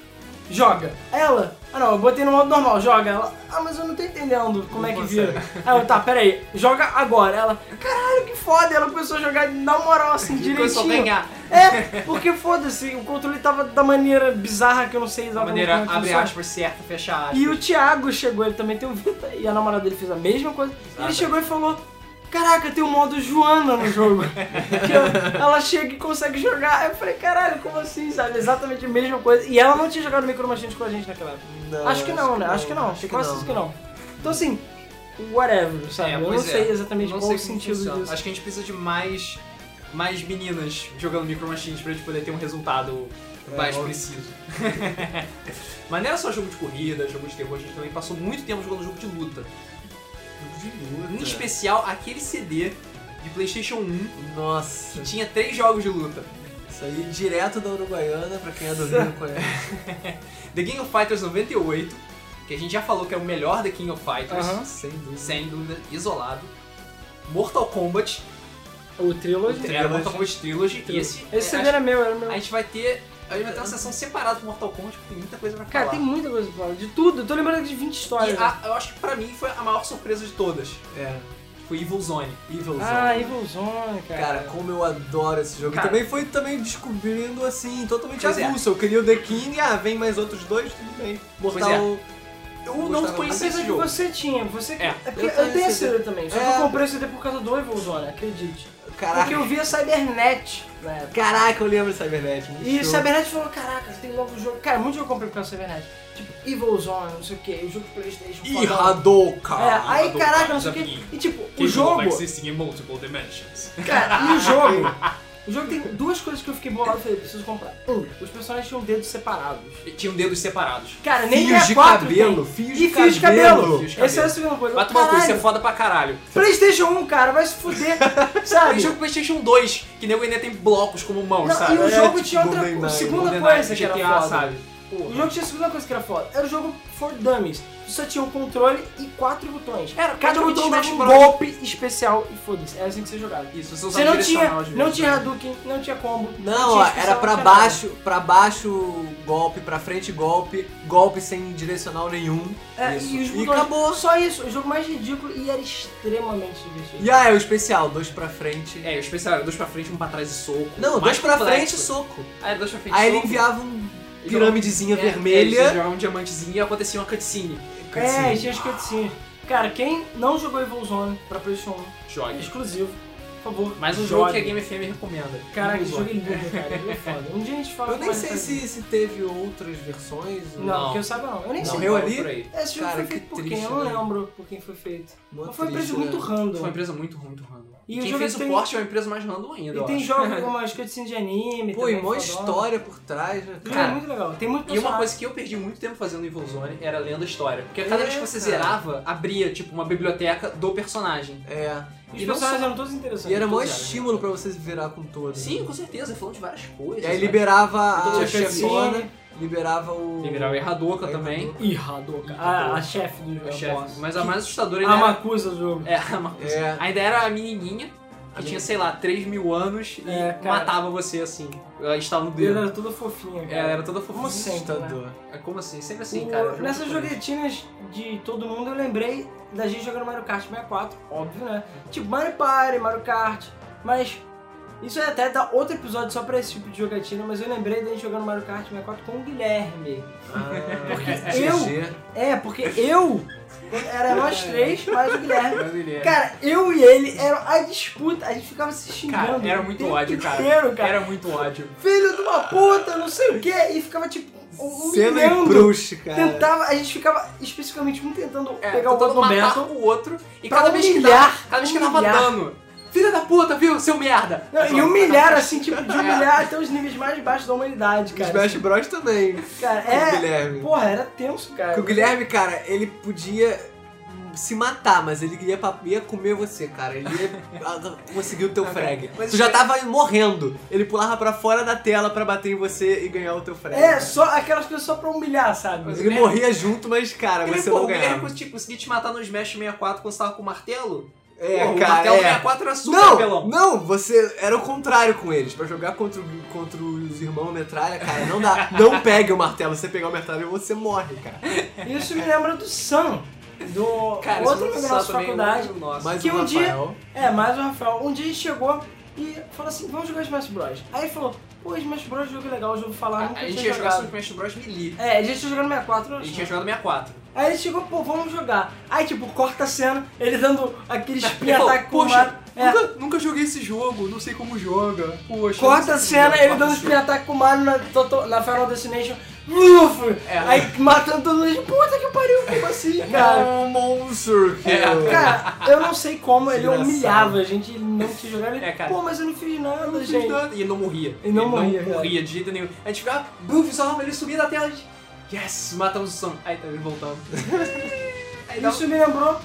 A: Joga. Ela. Ah não, eu botei no modo normal, joga. Ela. Ah, mas eu não tô entendendo como é que vira. Aí eu, tá, peraí, joga agora. Ela, caralho, que foda. Ela começou a jogar na moral, assim,
B: Começou a
A: direitinho.
B: ganhar.
A: É, porque foda-se, o controle tava da maneira bizarra que eu não sei
B: Da
A: exatamente
B: maneira,
A: como é que
B: abre
A: funciona.
B: aspas, certa, fecha aspas.
A: E o Thiago chegou, ele também tem um Vita, e a namorada dele fez a mesma coisa. E ele
B: Exato.
A: chegou e falou: Caraca, tem o modo Joana no jogo. que eu- ela chega e consegue jogar. Aí eu falei: Caralho, como assim? Sabe? Exatamente a mesma coisa. E ela não tinha jogado Micro Machines com a gente naquela época.
C: Não,
A: acho que não, né? Acho que não. Acho que quase certeza que não. Então assim, whatever, sabe?
B: É,
A: eu não
B: pois é.
A: sei exatamente
B: Não
A: qual
B: sei
A: o
B: como
A: sentido
B: funciona.
A: disso.
B: Acho que a gente precisa de mais, mais meninas jogando Micro Machines pra gente poder ter um resultado
A: É,
B: mais
C: óbvio.
B: preciso. Mas não era só jogo de corrida, jogo de terror, a gente também passou muito tempo jogando jogo de luta.
A: É.
B: Em especial aquele CD de PlayStation 1
C: Nossa,
B: que tinha três jogos de luta:
C: isso aí direto da Uruguaiana, pra quem é do Rio conhece.
B: The King of Fighters 98, que a gente já falou que é o melhor The King of Fighters,
A: Aham.
C: Sem dúvida.
B: sem dúvida, isolado. Mortal Kombat,
A: O Trilogy.
B: era Mortal Kombat Trilogy, e esse,
A: Esse
B: é,
A: CD era meu, era meu.
B: A gente vai ter. A gente vai ter uma sessão separada pro Mortal Kombat, porque tem muita coisa pra falar.
A: Cara, tem muita coisa pra falar. De tudo, eu tô lembrando de 20
B: E
A: histórias. assim.
B: a- eu acho que pra mim foi a maior surpresa de todas.
C: É,
B: Foi Evil Zone.
C: Evil Zone.
A: Ah, Evil Zone, cara.
C: Cara, como eu adoro esse jogo. E
B: Cara.
C: também foi também descobrindo, assim, totalmente
B: Pois é.
C: avulso. Eu queria o The King, ah, vem mais outros dois, tudo bem. Mortal...
B: é. Eu
C: Gostava
B: não
C: muito.
B: conheci
A: Apesar
B: esse
A: que
B: jogo.
A: você tinha, você.
B: É,
A: porque
C: eu
A: eu,
C: tenho
A: tenho
C: esse
A: esse CD também, só que
C: É.
A: eu comprei esse CD por causa do Evolzone, acredite.
C: Caraca,
A: Porque eu via Cybernet na época.
C: caraca, eu lembro de Cybernet. muito
A: E
C: show.
B: é
A: Cybernet falou: caraca, tem logo o jogo. Cara, muito jogo eu comprei por causa do Cybernet. Tipo, Evolzone, não sei o que, o jogo de Playstation.
C: Ih,
A: fodão.
C: Hadouken!
A: É, aí
B: Hadouken,
A: caraca, não sei o
B: Zapininho.
A: que. E tipo, o
B: é
A: jogo.
B: existing in multiple dimensions.
A: Cara, e o jogo? O jogo tem duas coisas que eu fiquei bolado e falei: preciso comprar. Um, os personagens tinham dedos separados.
B: Tinham um dedos separados.
A: Cara, nem
B: é
C: Fios de
A: 64
C: cabelo,
A: tem.
C: fios
A: E
C: de
A: fios de
C: cabelo.
A: cabelo.
B: Fios de
A: Essa é a
B: cabelo.
A: segunda coisa.
B: Vai tomar no cu, isso é
A: Caralho,
B: foda pra caralho.
A: Playstation 1, cara, vai se fuder,
B: Tem
A: sabe?
B: jogo Playstation 2, que nego ainda tem blocos como mãos,
A: Não,
B: sabe? é,
A: e o
C: É,
A: jogo
C: tipo,
A: tinha outra
C: GoldenEye,
A: coisa. Segunda
B: GoldenEye,
A: coisa que era
B: GTA,
A: foda.
B: sabe?
A: O
B: Porra.
A: jogo tinha a segunda coisa que era foda. Era o jogo for dummies. Só tinha um controle e quatro botões.
B: Era,
A: Cada
B: cada um
A: botão
B: tinha
A: dava
B: Smash
A: um
B: Bros.
A: golpe especial e foda-se. Era assim que você jogava.
B: Isso,
A: Você não tinha, não tinha Hadouken, não tinha combo.
C: Não, ó,
A: tinha
C: era
A: especial,
C: pra
A: tinha
C: baixo, pra baixo golpe, pra frente golpe, golpe sem direcional nenhum.
A: nada. É,
C: Isso.
A: E, os
C: E
A: botões,
C: acabou.
A: Só isso. O jogo mais ridículo e era extremamente divertido.
C: E ah, é o especial, dois pra frente.
B: É, o especial era dois pra frente, um pra trás e soco.
C: Não,
B: Mais
C: dois pra
B: complexo.
C: frente e soco.
B: Ah, era dois pra frente e
C: Aí ele
B: soco.
C: enviava um
B: Ele
C: pirâmidezinha
B: É, Eles
C: vermelha.
B: jogavam um diamantezinho e acontecia uma cutscene.
A: É, tinha as cutscenes. Cara, quem não jogou Evil Zone pra Playstation 1,
B: Jogue.
A: exclusivo, por favor.
B: Mais um
A: jogue.
B: jogo que a Game FM recomenda.
A: Caraca, esse
B: Google.
A: jogo é lindo, cara. Ele é foda. Um dia a gente fala
C: Eu nem
A: mais
C: sei
A: sobre
C: se, se teve outras versões.
A: Não,
B: Não.
A: que eu saiba não. Eu nem
C: Não,
A: sei.
C: eu
B: Morreu
C: ali?
B: por aí.
A: Esse jogo
C: Cara,
A: foi feito
C: que
A: por quem?
C: triste,
A: Eu não
C: né?
A: lembro por quem foi feito.
C: Mó
A: Mas foi uma empresa
C: triste,
A: muito
C: né?
A: random.
B: Foi uma empresa muito ruim, muito random.
A: E o
B: Quem
A: jogo
B: fez o
A: tem-
B: porte é uma empresa mais random ainda,
A: E
B: eu
A: tem
B: acho.
A: jogos com umas cutscenes de anime.
C: Pô, e
A: também,
C: mó
A: fodona.
C: história por trás, né?
A: O jogo é
B: Cara,
A: muito legal. Tem muito
B: E uma
A: personagem.
B: coisa que eu perdi muito tempo fazendo em Zone era lendo a história. Porque cada
C: É,
B: vez que você
C: cara.
B: zerava, abria, tipo, uma biblioteca do personagem.
C: É.
A: Os
B: e não
A: personagens
B: só-
A: eram todos interessantes.
C: E era mó
A: Todos eram.
C: estímulo pra você se virar com todos.
B: Sim, com certeza, falando de várias coisas.
C: E aí
B: né?
C: liberava
B: Então
C: a
B: tinha cutscene.
C: chefona, liberava o.
B: Liberava a Erradoca também.
A: Ih, Hadouken. Ah, a chefe do jogo.
B: a chefe.
A: boss.
B: Mas a mais assustadora
A: A
B: ainda era...
A: Macusa do jogo.
B: É, a Marcos.
C: É.
B: Ainda era a menininha, que tinha, sei lá, 3 mil anos e
A: É, cara.
B: matava você, assim. Ela estava no
A: E Ela
B: dedo.
A: era toda fofinha. cara.
B: Ela era toda fofinha.
A: Como sempre, né?
C: Assustador.
B: É como assim? Sempre assim,
A: O-
B: cara.
A: Nessas
B: japonês.
A: joguetinas de todo mundo, eu lembrei da
B: Uhum.
A: gente jogando Mario Kart 64, óbvio, né? Tipo, Mario Party, Mario Kart, mas Isso até dá outro episódio só pra esse tipo de jogatina, mas eu lembrei da gente jogando Mario Kart 64 com o Guilherme.
C: Ah, Porque
A: eu-
C: GG.
A: É, porque eu. Era nós três, mais o Guilherme.
D: Mas ele é.
A: Cara, eu e ele era a disputa, a gente ficava se xingando.
B: Cara, era
A: o
B: muito
A: tempo
B: ódio, cara.
A: inteiro, cara.
B: Era muito ódio.
A: Filho de uma puta, não sei o que, e ficava tipo.
C: Cena e
A: humilhando.
C: Proust, cara.
A: Tentava, a gente ficava especificamente um tentando
B: É,
A: pegar o
B: tentando
A: outro
B: matar
A: momento.
B: o outro. E
A: Pra
B: cada vez que
A: humilhar,
B: dava, cada vez que dava
A: humilhar.
B: dano. Filha da puta, viu? Seu merda.
A: Não, e humilhar, assim, tipo,
B: É.
A: de humilhar até os níveis mais baixos da humanidade, cara. Assim,
C: Smash Bros também.
A: Cara,
C: Com o
A: é.
C: Guilherme.
A: Porra, era tenso,
C: Porque
A: cara.
C: o Guilherme, cara, ele podia se matar, mas ele ia, pra- ia comer você, cara. Ele ia a- conseguir o teu frag.
D: Mas
C: tu já tava morrendo. Ele pulava pra fora da tela pra bater em você e ganhar o teu frag.
A: É, só aquelas coisas só pra humilhar, sabe?
C: Ele morria junto, mas, cara,
B: Ele,
C: você
B: pô,
C: não
B: o Guilherme,
C: ganhava.
B: tipo, conseguia te matar no Smash 64 quando você tava com o martelo.
C: É,
B: Pô, o
C: cara,
B: martelo
C: é.
B: 64 era super
C: Não,
B: apelão.
C: não, você era o contrário com eles. Pra jogar contra, o- contra os irmãos metralha, cara, não dá. não pegue o martelo. Você pegar o martelo, você morre, cara.
A: Isso me lembra do Sam, do
B: Cara, isso
A: outro
B: não
A: amigo
B: só
A: nosso de
B: também, é
A: faculdade.
B: outro nosso.
C: Mas
A: Que
C: o
A: um dia-
C: Rafael...
A: É, mais o Rafael. Um dia ele chegou e falou assim: vamos jogar Smash Bros. Aí ele falou: pô, Smash Bros é um jogo legal, eu já ouvi falar,
B: A,
A: nunca
B: a gente
A: tinha
B: ia jogar
A: jogado.
B: Super Smash Bros. Melee.
A: É, a gente tinha jogado 64.
B: A
A: eu
B: gente
A: acho.
B: tinha jogado 64.
A: Aí ele chegou, pô, vamos jogar. Aí, tipo, corta a cena, ele dando aquele
B: É, Ele
A: espinha
B: falou,
A: ataque com o
B: Poxa,
A: Mario. É,
B: nunca, nunca joguei esse jogo, não sei como joga. Poxa.
A: corta a
B: não sei
A: cena,
B: como joga,
A: ele dando
B: corta
A: espinha ataque com o Mario na, Toto- na Final Destination. Uf!
B: É.
A: Aí matando todo mundo. Puta que pariu, como assim, cara?
C: É um monstro,
B: É,
C: cara.
A: Cara, eu não sei como ele
C: Desgraçado.
A: humilhava a gente, ele não tinha jogado. Ele,
B: É, cara.
A: pô, mas eu não fiz nada,
B: Eu não fiz
A: gente.
B: nada. E ele não morria.
A: Ele não morria, cara.
B: de jeito nenhum. A gente ficava, buf, só arma, ele subia da tela, a gente, yes, matamos o som. Aí tá, ele voltava. Aí dava-
A: Então Isso me lembrou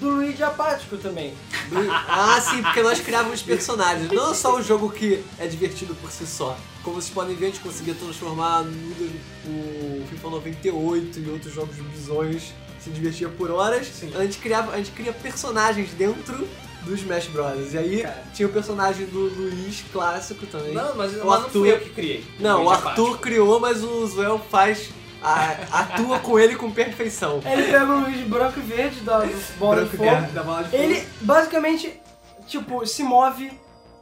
A: do Luigi apático também.
C: Do- Ah, sim, porque nós criávamos personagens. Não só o jogo que é divertido por si só. Como vocês podem ver, a gente conseguia transformar no- o FIFA 98 e outros jogos bizonhos. Se divertia por horas.
B: Sim.
C: A gente criava, a gente cria personagens dentro do Smash Bros. E aí
A: Cara.
C: tinha o personagem do Luiz clássico também.
B: Não, é mas, mas
C: O
B: não
C: Arthur-
B: fui eu que criei.
C: Não, o
B: Luigi
C: Arthur
B: Apático.
C: criou, mas o Zuel faz. a- atua com ele com perfeição.
A: Ele pega o Luigi branco e verde da do bola
C: Branco
A: de
C: e
A: fogo.
C: verde.
B: Da bola de fogo.
A: Ele basicamente, tipo, se move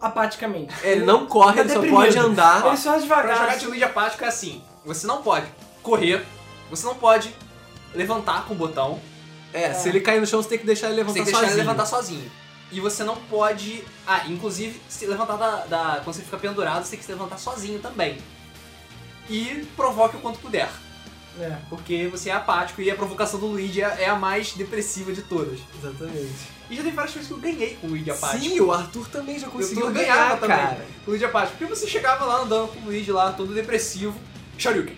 A: apaticamente.
C: Ele não corre,
A: Tá
C: ele só
A: deprimido.
C: pode andar.
A: Ele só anda
B: Pra jogar
A: devagar.
B: de Luigi Apático é assim, você não pode correr, você não pode levantar com o botão,
C: É, se ele cair no chão, você tem que deixar ele levantar
B: você tem que deixar ele
C: sozinho.
B: levantar sozinho. E você não pode. Ah, inclusive, se levantar da, da- Quando você fica pendurado, você tem que se levantar sozinho também. E provoque o quanto puder.
A: É.
B: Porque você é apático e a provocação do Luigi é, é a mais depressiva de todas.
C: Exatamente.
B: E já tem várias coisas que eu ganhei com o Luigi apático.
C: Sim, o Arthur também já conseguiu
B: eu
C: ganhar,
B: ganhava
C: cara.
B: também. Com o Luigi apático. Porque você chegava lá andando com o Luigi lá, todo depressivo. Shoryuken.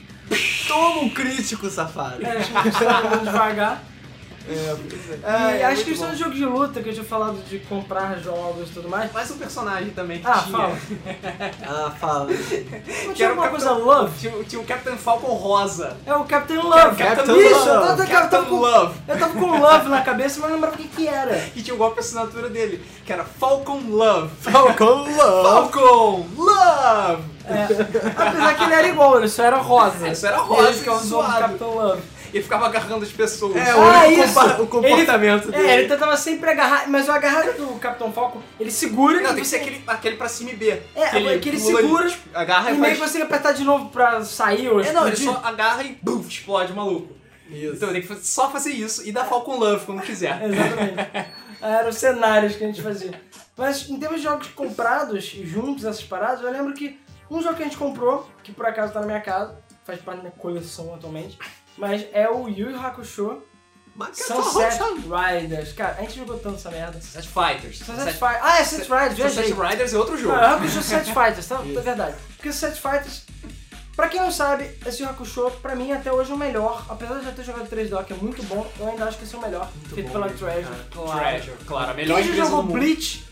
C: Toma um crítico, safado.
A: É, só anda devagar.
C: Ai,
A: e
C: é
A: as
C: muito
A: questões de um jogo de luta que eu tinha falado de comprar jogos e tudo mais.
B: Mais um personagem também que
A: Ah,
B: tinha.
A: fala.
C: Ah, fala.
A: Não
B: Que
A: tinha
B: era o
A: alguma coisa
B: Capitão-
A: love?
B: Tinha, tinha o Captain Falcon Rosa.
A: É o Captain Love.
C: Captain
A: Isso, eu
C: Love.
A: tava, eu tava
B: Captain
A: com
B: Love.
A: Eu tava com Love na cabeça, mas não lembrava o que que era. É.
B: E tinha o golpe assinatura dele, que era Falcon Love.
C: Falcão Love.
B: Falcon Love!
A: É. Apesar que ele era igual, ele só era rosa.
B: Isso era rosa,
A: Ele que é o nome do
B: suado.
A: Capitão Love.
B: Ele ficava agarrando as pessoas.
C: É,
A: Ah,
C: o,
A: isso.
C: compa- o comportamento dele.
A: É, ele tentava sempre agarrar, mas o agarrado do Capitão Falcon, ele segura
B: Não,
A: e
B: tem que ser aquele, aquele pra cima e B.
A: É, que ele segura
B: agarra
A: e
B: e
A: meio que
B: faz...
A: você apertar de novo pra sair ou
B: É, não, ele
A: explodir.
B: só agarra e bum, explode, maluco.
C: Isso.
B: Então tem que fa- só fazer isso e dar
A: É.
B: Falcon Love quando quiser.
A: Exatamente. Eram os cenários que a gente fazia. Mas em termos de jogos comprados e juntos, essas paradas, eu lembro que um jogo que a gente comprou, que por acaso tá na minha casa, faz parte da minha coleção atualmente, mas é o Yu Yu Hakusho
C: Mas que
A: Sunset
C: rocha-
A: Riders. Cara, a gente jogou tanto essa merda.
B: Sunset Fighters.
A: Sunset Fighters. Ah, é Sunset Riders,
B: Sunset
A: viajei.
B: Riders é outro jogo.
A: Ah, Hakusho Sunset Fighters, tá? É verdade. Porque Sunset Fighters, pra quem não sabe, esse Hakusho, pra mim, até hoje é o melhor. Apesar de eu já ter jogado 3DO, que é muito bom, eu ainda acho que esse é o melhor. feito
C: bom
A: pela
C: mesmo,
A: Treasure.
C: cara.
A: claro.
B: Treasure, claro, a melhor
A: Quem já
B: empresa do
A: jogou
B: mundo.
A: Bleach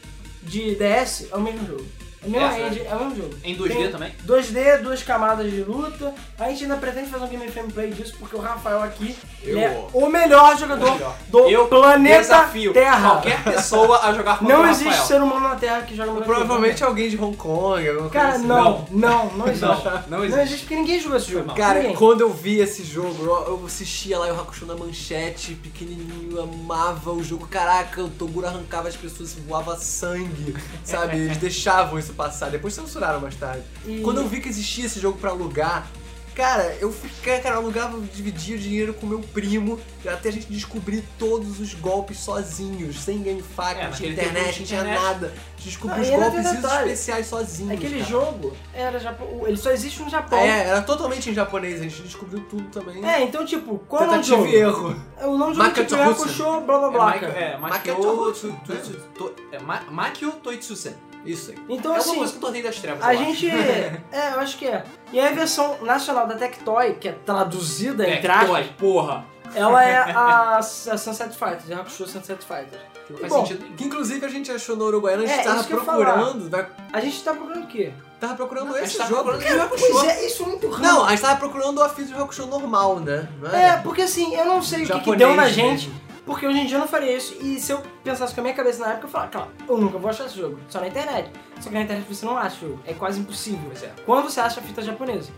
A: de DS é o mesmo jogo. É o mesmo
B: É,
A: engine, é o mesmo jogo.
B: Em 2D
A: Tem
B: também?
A: 2D, duas camadas de luta. A gente ainda pretende fazer um game gameplay disso, porque o Rafael aqui
C: Eu-
A: é o melhor jogador
B: melhor.
A: do
B: Eu
A: planeta
B: desafio
A: Terra.
B: qualquer pessoa a jogar contra o
A: Não
B: Rafael.
A: existe ser humano na Terra que joga melhor que o
C: Então, Provavelmente alguém de Hong Kong, alguma
A: Cara,
C: coisa assim.
A: não, não, não existe.
B: Não, não existe.
A: porque ninguém jogou esse jogo.
C: Cara,
A: ninguém.
C: quando eu vi esse jogo, eu, eu assistia lá o Hakusho na manchete, pequenininho, amava o jogo. Caraca, o Toguro arrancava as pessoas, voava sangue, sabe? Eles deixavam isso passar, depois censuraram mais tarde.
A: E-
C: Quando eu vi que existia esse jogo pra alugar, cara, eu fiquei, cara, eu alugava, dividia o dinheiro com meu primo, até a gente descobrir todos os golpes sozinhos, sem GameFi,
B: É,
C: não tinha
B: naquele
C: internet,
B: tempo
C: não
B: não
C: tinha
B: tinha
C: nada. A gente descobriu
A: Não,
C: os
A: e ainda tem
C: golpes e os
A: detalhe.
C: especiais sozinhos.
A: Aquele
C: cara.
A: É jogo era Japão. Ele só existe no Japão.
C: É, era totalmente em japonês, a gente descobriu tudo também.
A: É, então, tipo, qual é o nome do
C: Tentativa
A: jogo?
C: e erro.
A: É O nome do jogo é
C: Makoto
A: tipo
C: Hudson.
A: Yakusho, blá blá blá.
B: É,
A: cara.
B: é,
C: Makio
B: Makio
C: Tsu- Tsu-
B: Toitsusen. Makio Toitsusen.
C: Isso aí.
B: É
A: né? Então,
B: uma
A: assim,
B: coisa que eu tornei das trevas,
A: a
B: eu acho.
A: gente. É, eu acho que é. E aí a versão nacional da Tectoy, que é traduzida em
B: É,
A: traje,
B: Toy, porra.
A: ela é a, a Sunset Fighters, é a Yakusho Sunset Fighters.
B: Não faz
A: Bom,
B: sentido nenhum.
C: Que inclusive a gente achou na Uruguaiana, a gente
A: É,
C: tava
A: isso que eu ia
C: procurando, vai-
A: A gente tá procurando o quê?
C: tava procurando
B: a
C: esse
B: gente tava
C: jogo.
B: procurando esse jogo.
A: Pois é, isso é muito raro.
C: Não, a gente tava procurando o Afis do Hakusho normal, né? Não
A: É, porque assim, eu não sei o que, que
C: Japonês
A: deu na
C: mesmo.
A: gente, porque hoje em dia eu não faria isso. E se eu pensasse com a minha cabeça na época, eu falava, claro, eu nunca vou achar esse jogo, só na internet. Só que na internet você não acha o jogo, é quase impossível.
B: Pois é.
A: Quando você acha a fita japonesa?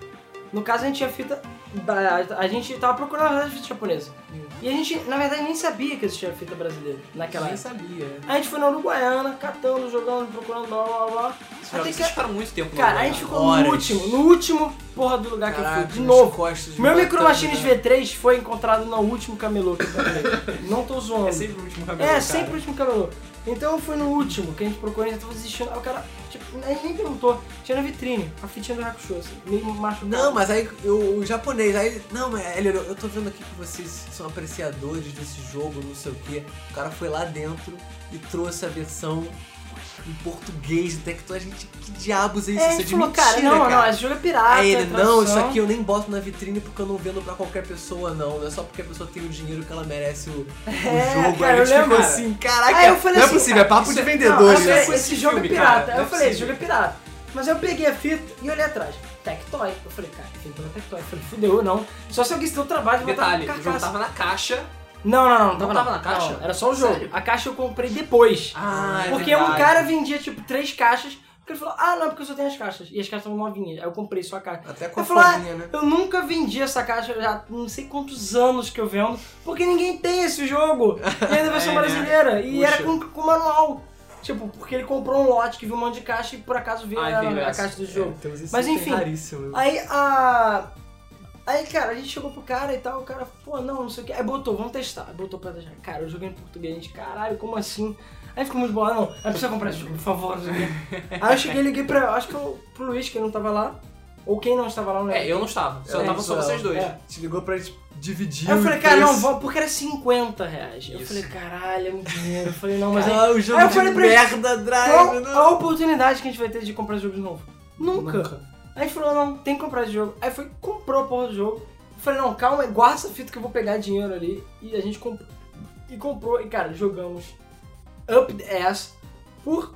A: No caso, a gente tinha fita. da- A gente tava procurando na verdade, a fita japonesa. E a gente, na verdade, nem sabia que existia fita brasileira naquela
C: Nem
A: época.
C: sabia.
A: A gente foi na Uruguaiana, catando, jogando, procurando, blá blá blá.
B: Esses
A: Até
B: jogos
A: que.
B: ficaram muito tempo no
A: Cara, a
B: lugar,
A: gente
B: né?
A: ficou
C: horas.
A: no último, no último porra do lugar que eu
C: Caraca,
A: fui, de
C: nas
A: novo.
C: Costas de
A: Meu
B: é
C: uma
A: Micro Machines
C: tanga.
A: V3 foi encontrado no último camelô que eu comprei. Não tô zoando.
B: É sempre o último cabelo,
A: É,
B: cara.
A: sempre o último camelô. Então foi no último que a gente procurou, a gente tava desistindo. Aí o cara, tipo, a gente nem perguntou. Tinha na vitrine, a fitinha do Hakusho, assim, meio machucado.
C: Não, mas aí eu- o japonês, aí ele. Não, mas ele olhou, eu tô vendo aqui que vocês são apreciadores desse jogo, não sei o quê. O cara foi lá dentro e trouxe a versão em português do Tectoy. Gente, que diabos é isso?
A: É, a
C: isso é
A: gente
C: de
A: falou,
C: mentira,
A: cara, não, não, esse jogo é pirata.
C: Aí ele,
A: é
C: não, isso
A: tradução.
C: aqui eu nem boto na vitrine porque eu não vendo pra qualquer pessoa, não. Não é só porque a pessoa tem o dinheiro que ela merece o, o
A: É,
C: jogo.
A: cara,
C: aí a
A: eu
C: gente ficou
A: lembro.
C: assim, caraca,
A: Aí eu falei
C: não
A: assim,
C: é possível, é papo
A: isso
C: de
A: é-
C: vendedores.
A: Não, eu
B: né?
A: falei, esse jogo é
B: Filme,
A: pirata.
B: cara, não é
A: eu falei, esse
B: possível.
A: jogo é pirata. Mas eu peguei a fita e olhei atrás. Tectoy. Eu falei, cara, fita da Tectoy. Eu falei, fudeu, não. Só se alguém se deu o trabalho de botar
B: Detalhe,
A: tá na
B: o jogo tá
A: carcaça.
B: tava na caixa.
A: Não, não, não. Não
B: Não tava na caixa?
A: Não, era só o jogo.
B: Sério?
A: A caixa eu comprei depois.
B: Ah, é
A: porque um
B: verdade.
A: cara vendia, tipo, três caixas. Porque ele falou, ah, não, porque eu só tenho as caixas. E as caixas estavam novinhas. Aí eu comprei só a caixa.
C: Até
B: É
C: com a
A: Eu falei, "Ah,
C: folhinha, né?
A: Eu nunca vendi essa caixa, já não sei quantos anos que eu vendo, porque ninguém tem esse jogo. E ainda a versão
B: É, né?
A: brasileira. E
C: Puxa.
A: era com, com manual. Tipo, porque ele comprou um lote que viu um monte de caixa e por acaso veio
B: Ai,
A: a,
B: veio
A: a
B: essa.
A: caixa do jogo.
C: Temos esse
A: Mas
C: item
A: enfim,
C: raríssimo.
A: Aí a. Aí, cara, a gente chegou pro cara e tal, o cara, pô, não, não sei o que. Aí botou, vamos testar. Aí botou pra testar. Cara, eu joguei em português, gente, caralho, como assim? Aí ficou muito bolado, não, aí precisa comprar esse jogo, por favor. não sei o quê. Aí eu cheguei e liguei pra, acho que eu, pro Luiz, que não tava lá, ou quem não estava lá, não lembro.
B: É, eu não estava. Só
C: É,
B: tava só
C: isso,
B: vocês dois.
A: É.
C: Te ligou pra gente dividir.
A: Aí eu
C: o
A: falei, cara,
C: preço.
A: não, vou, porque era 50 reais. Eu
B: Isso.
A: falei, caralho, é muito dinheiro. Eu falei, não, mas aí,
C: Ah, o jogo
A: Aí eu
C: de
A: falei pra ele,
C: merda, Drive.
A: qual
C: não.
A: a oportunidade que a gente vai ter de comprar jogo de novo? Nunca. Aí a gente falou, não, tem que comprar esse jogo. Aí foi, comprou a porra do jogo. Eu falei, não, calma, aí, guarda essa fita que eu vou pegar dinheiro ali. E a gente comprou. E comprou, e cara, jogamos Up the Ass por,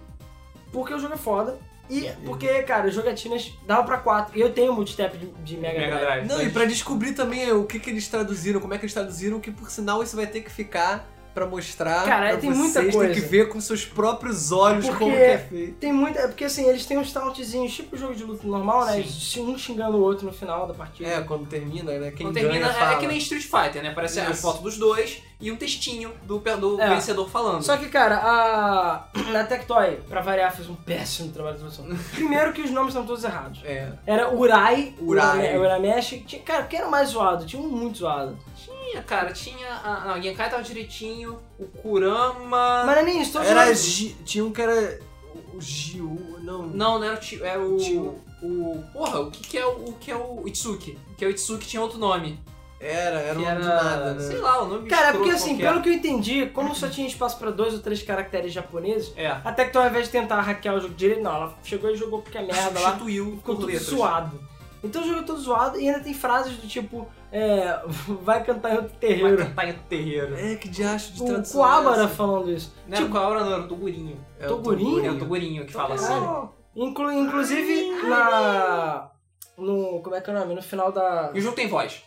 A: porque o jogo é foda. E porque, cara, as jogatinas dava pra 4. E eu tenho multitap de, de Mega,
B: Mega
A: Drive.
B: Drive.
C: Não, e pra descobrir também é, o que, que eles traduziram, como é que eles traduziram, que por sinal isso vai ter que ficar pra mostrar.
A: Cara,
C: pra
A: tem
C: vocês,
A: muita
C: Tem
A: coisa.
C: que ver com seus próprios olhos
A: Porque-
C: como que é feito.
A: Tem muita. é Porque assim, eles têm uns tauntezinhos, tipo jogo de luta normal, né? Um xingando o outro no final da partida.
C: É, quando termina, né? Quem
B: Quando termina,
C: ganha
B: é
C: fala.
B: que nem Street Fighter, né? Parece a
C: Isso.
B: foto dos dois e um textinho do, do
A: É.
B: vencedor falando.
A: Só que, cara, a. Na Tectoy, pra variar, fez um péssimo trabalho de tradução. Primeiro que os nomes são todos errados.
C: É.
A: Era Urai,
C: Urai.
A: Urame- Uramesh. Tinha- Cara, que era mais zoado, tinha um muito zoado.
B: Tinha, cara, tinha. A, não, a Genkai tava direitinho, o Kurama.
A: Mas não é nem isso, todos
C: Era
A: zoados.
C: Gi- Tinha um que era. o- O Giu. Não.
B: Não, não era o Tio. Era o.
C: Tio.
B: O. Porra, o que, que é o, o que é o Itsuki? O que é o Itsuki tinha outro nome.
C: Era, era um
B: que
C: nome do nada, né?
B: Sei lá, o nome
A: Cara, é
B: escroto
A: porque assim,
B: qualquer.
A: pelo que eu entendi, como só tinha espaço pra dois ou três caracteres japoneses,
B: É.
A: a Tectoy, ao invés de tentar hackear o jogo direito, não, ela chegou e jogou porque a merda lá.
B: Substituiu
A: ficou
B: por
A: tudo
B: letras.
A: zoado. Então o jogo é todo zoado e ainda tem frases do tipo, é, vai cantar em outro
B: Vai
A: terreiro.
B: cantar em assim. terreiro.
C: É, que diacho de
A: O
C: tradução. é
A: Coabara
C: essa?
A: falando isso.
B: Não era o Kaora, não, era o Togurinho.
C: É o
A: Togurinho?
B: Né? É o Togurinho que fala assim.
A: Caralho. Inclu- inclusive na. No. Como é que é o nome? No final da.
B: E o jogo tem voz.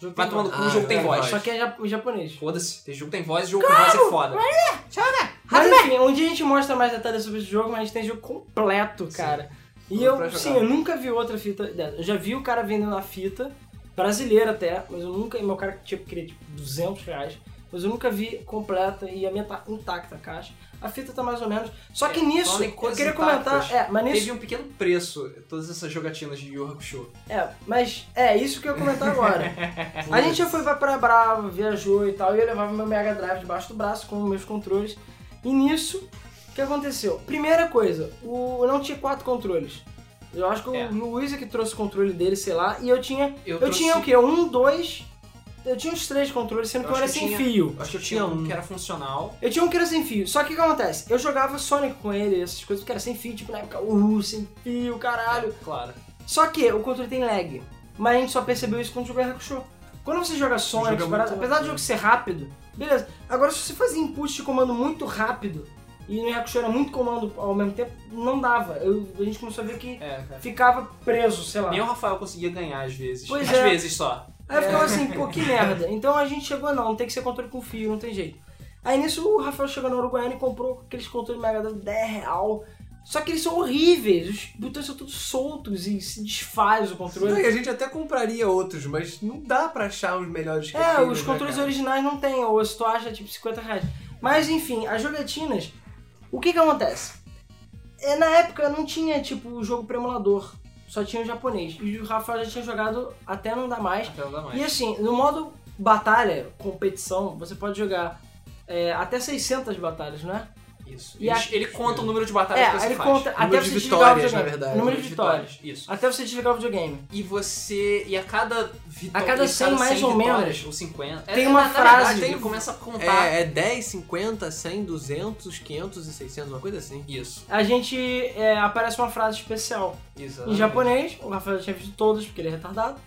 A: jogo
B: Vai
A: tem
B: tomando
A: voz.
B: cu, o jogo tem
C: é,
B: voz.
A: Só que é ja- em japonês.
B: Foda-se, tem jogo tem voz, jogo com voz é foda.
A: Mas enfim, um dia a gente mostra mais detalhes sobre esse jogo, mas a gente tem jogo completo, cara. E
C: Tudo pra
A: eu,
C: jogar.
A: sim, eu nunca vi outra fita dessa. Eu já vi o cara vendendo a fita, brasileira até, mas eu nunca. E meu cara tipo, queria tipo 200 reais. mas eu nunca vi completa e a minha tá intacta a caixa. A fita tá mais ou menos. Só que nisso,
B: falando em
A: eu
B: É, coisas
A: queria comentar.
B: intactas,
A: É, mas nisso.
B: Teve um pequeno preço, todas essas jogatinas de Yu Yu Hakusho.
A: É, mas é isso que eu ia comentar agora.
C: é assim.
A: a gente já foi pra Praia Brava, viajou e tal, e eu levava meu Mega Drive debaixo do braço com meus controles. E nisso, o que aconteceu? Primeira coisa, o eu não tinha quatro controles. Eu acho que
B: É.
A: o Luiz é que trouxe o controle dele, sei lá, e eu tinha. Eu,
B: trouxe-
A: tinha o quê? Um, dois. Eu tinha uns três controles, sendo
B: Eu
A: que eu
B: acho
A: era
B: que
A: sem
B: tinha-
A: fio.
B: Acho que eu tinha um que era funcional.
A: Eu tinha um que era sem fio. Só que o que acontece? Eu jogava Sonic com ele, essas coisas que era sem fio, tipo na época, uhul, sem fio, caralho.
B: É, Claro.
A: Só que o controle tem lag. Mas a gente só percebeu isso quando jogou Hakusho. Quando você joga Sonic,
C: Joga
A: parada-
C: muito
A: apesar do
C: rápido.
A: jogo ser rápido, beleza. Agora, se você fazia input de comando muito rápido, e no Hakusho era muito comando ao mesmo tempo, não dava. Eu- a gente começou a ver que
B: É, cara.
A: ficava preso, sei lá.
B: Nem o Rafael conseguia ganhar às vezes.
A: Pois
B: às
A: é.
B: vezes só.
A: Aí eu ficava assim, pô, que merda. Então a gente chegou, não, tem que ser controle com fio, não tem jeito. Aí nisso o Rafael chegou na Uruguaiana e comprou aqueles controles Mega Drive 10 real. Só que eles são horríveis, os botões são todos soltos e se desfaz o controle.
C: Não, e a gente até compraria outros, mas não dá pra achar os melhores que
A: É,
C: aqueles,
A: os
C: né,
A: controles
C: cara?
A: originais não tem, ou se tu acha tipo 50 reais. Mas enfim, as jogatinas, o que que acontece? É, na época não tinha tipo o jogo pra emulador, só tinha o japonês. E o Rafael já tinha jogado até não dá mais.
B: Até não dá mais.
A: E assim, no modo batalha, competição, você pode jogar é, até 600 batalhas, não é?
B: Isso.
A: E
B: Eles-
A: a-
B: Ele conta o número de batalhas
A: É,
B: que você
A: ele
B: faz.
A: conta até
C: Número
A: você
C: de
A: desligar o
C: vitórias, na
A: videogame.
C: verdade.
A: Número de vitórias. Ah.
B: Isso.
A: Até você desligar o videogame.
B: E você. E a cada vitória.
A: A cada 100 mais ou menos,
B: Ou É, 50.
A: tem uma frase.
B: tem, começa a
A: tá?
B: contar.
C: É, é 10, 50, 100, 200, 500 e 600, uma coisa assim.
B: Isso.
A: A gente é, aparece uma frase especial.
B: Isso.
A: Em japonês, o Rafael já tinha visto todas, porque ele é retardado.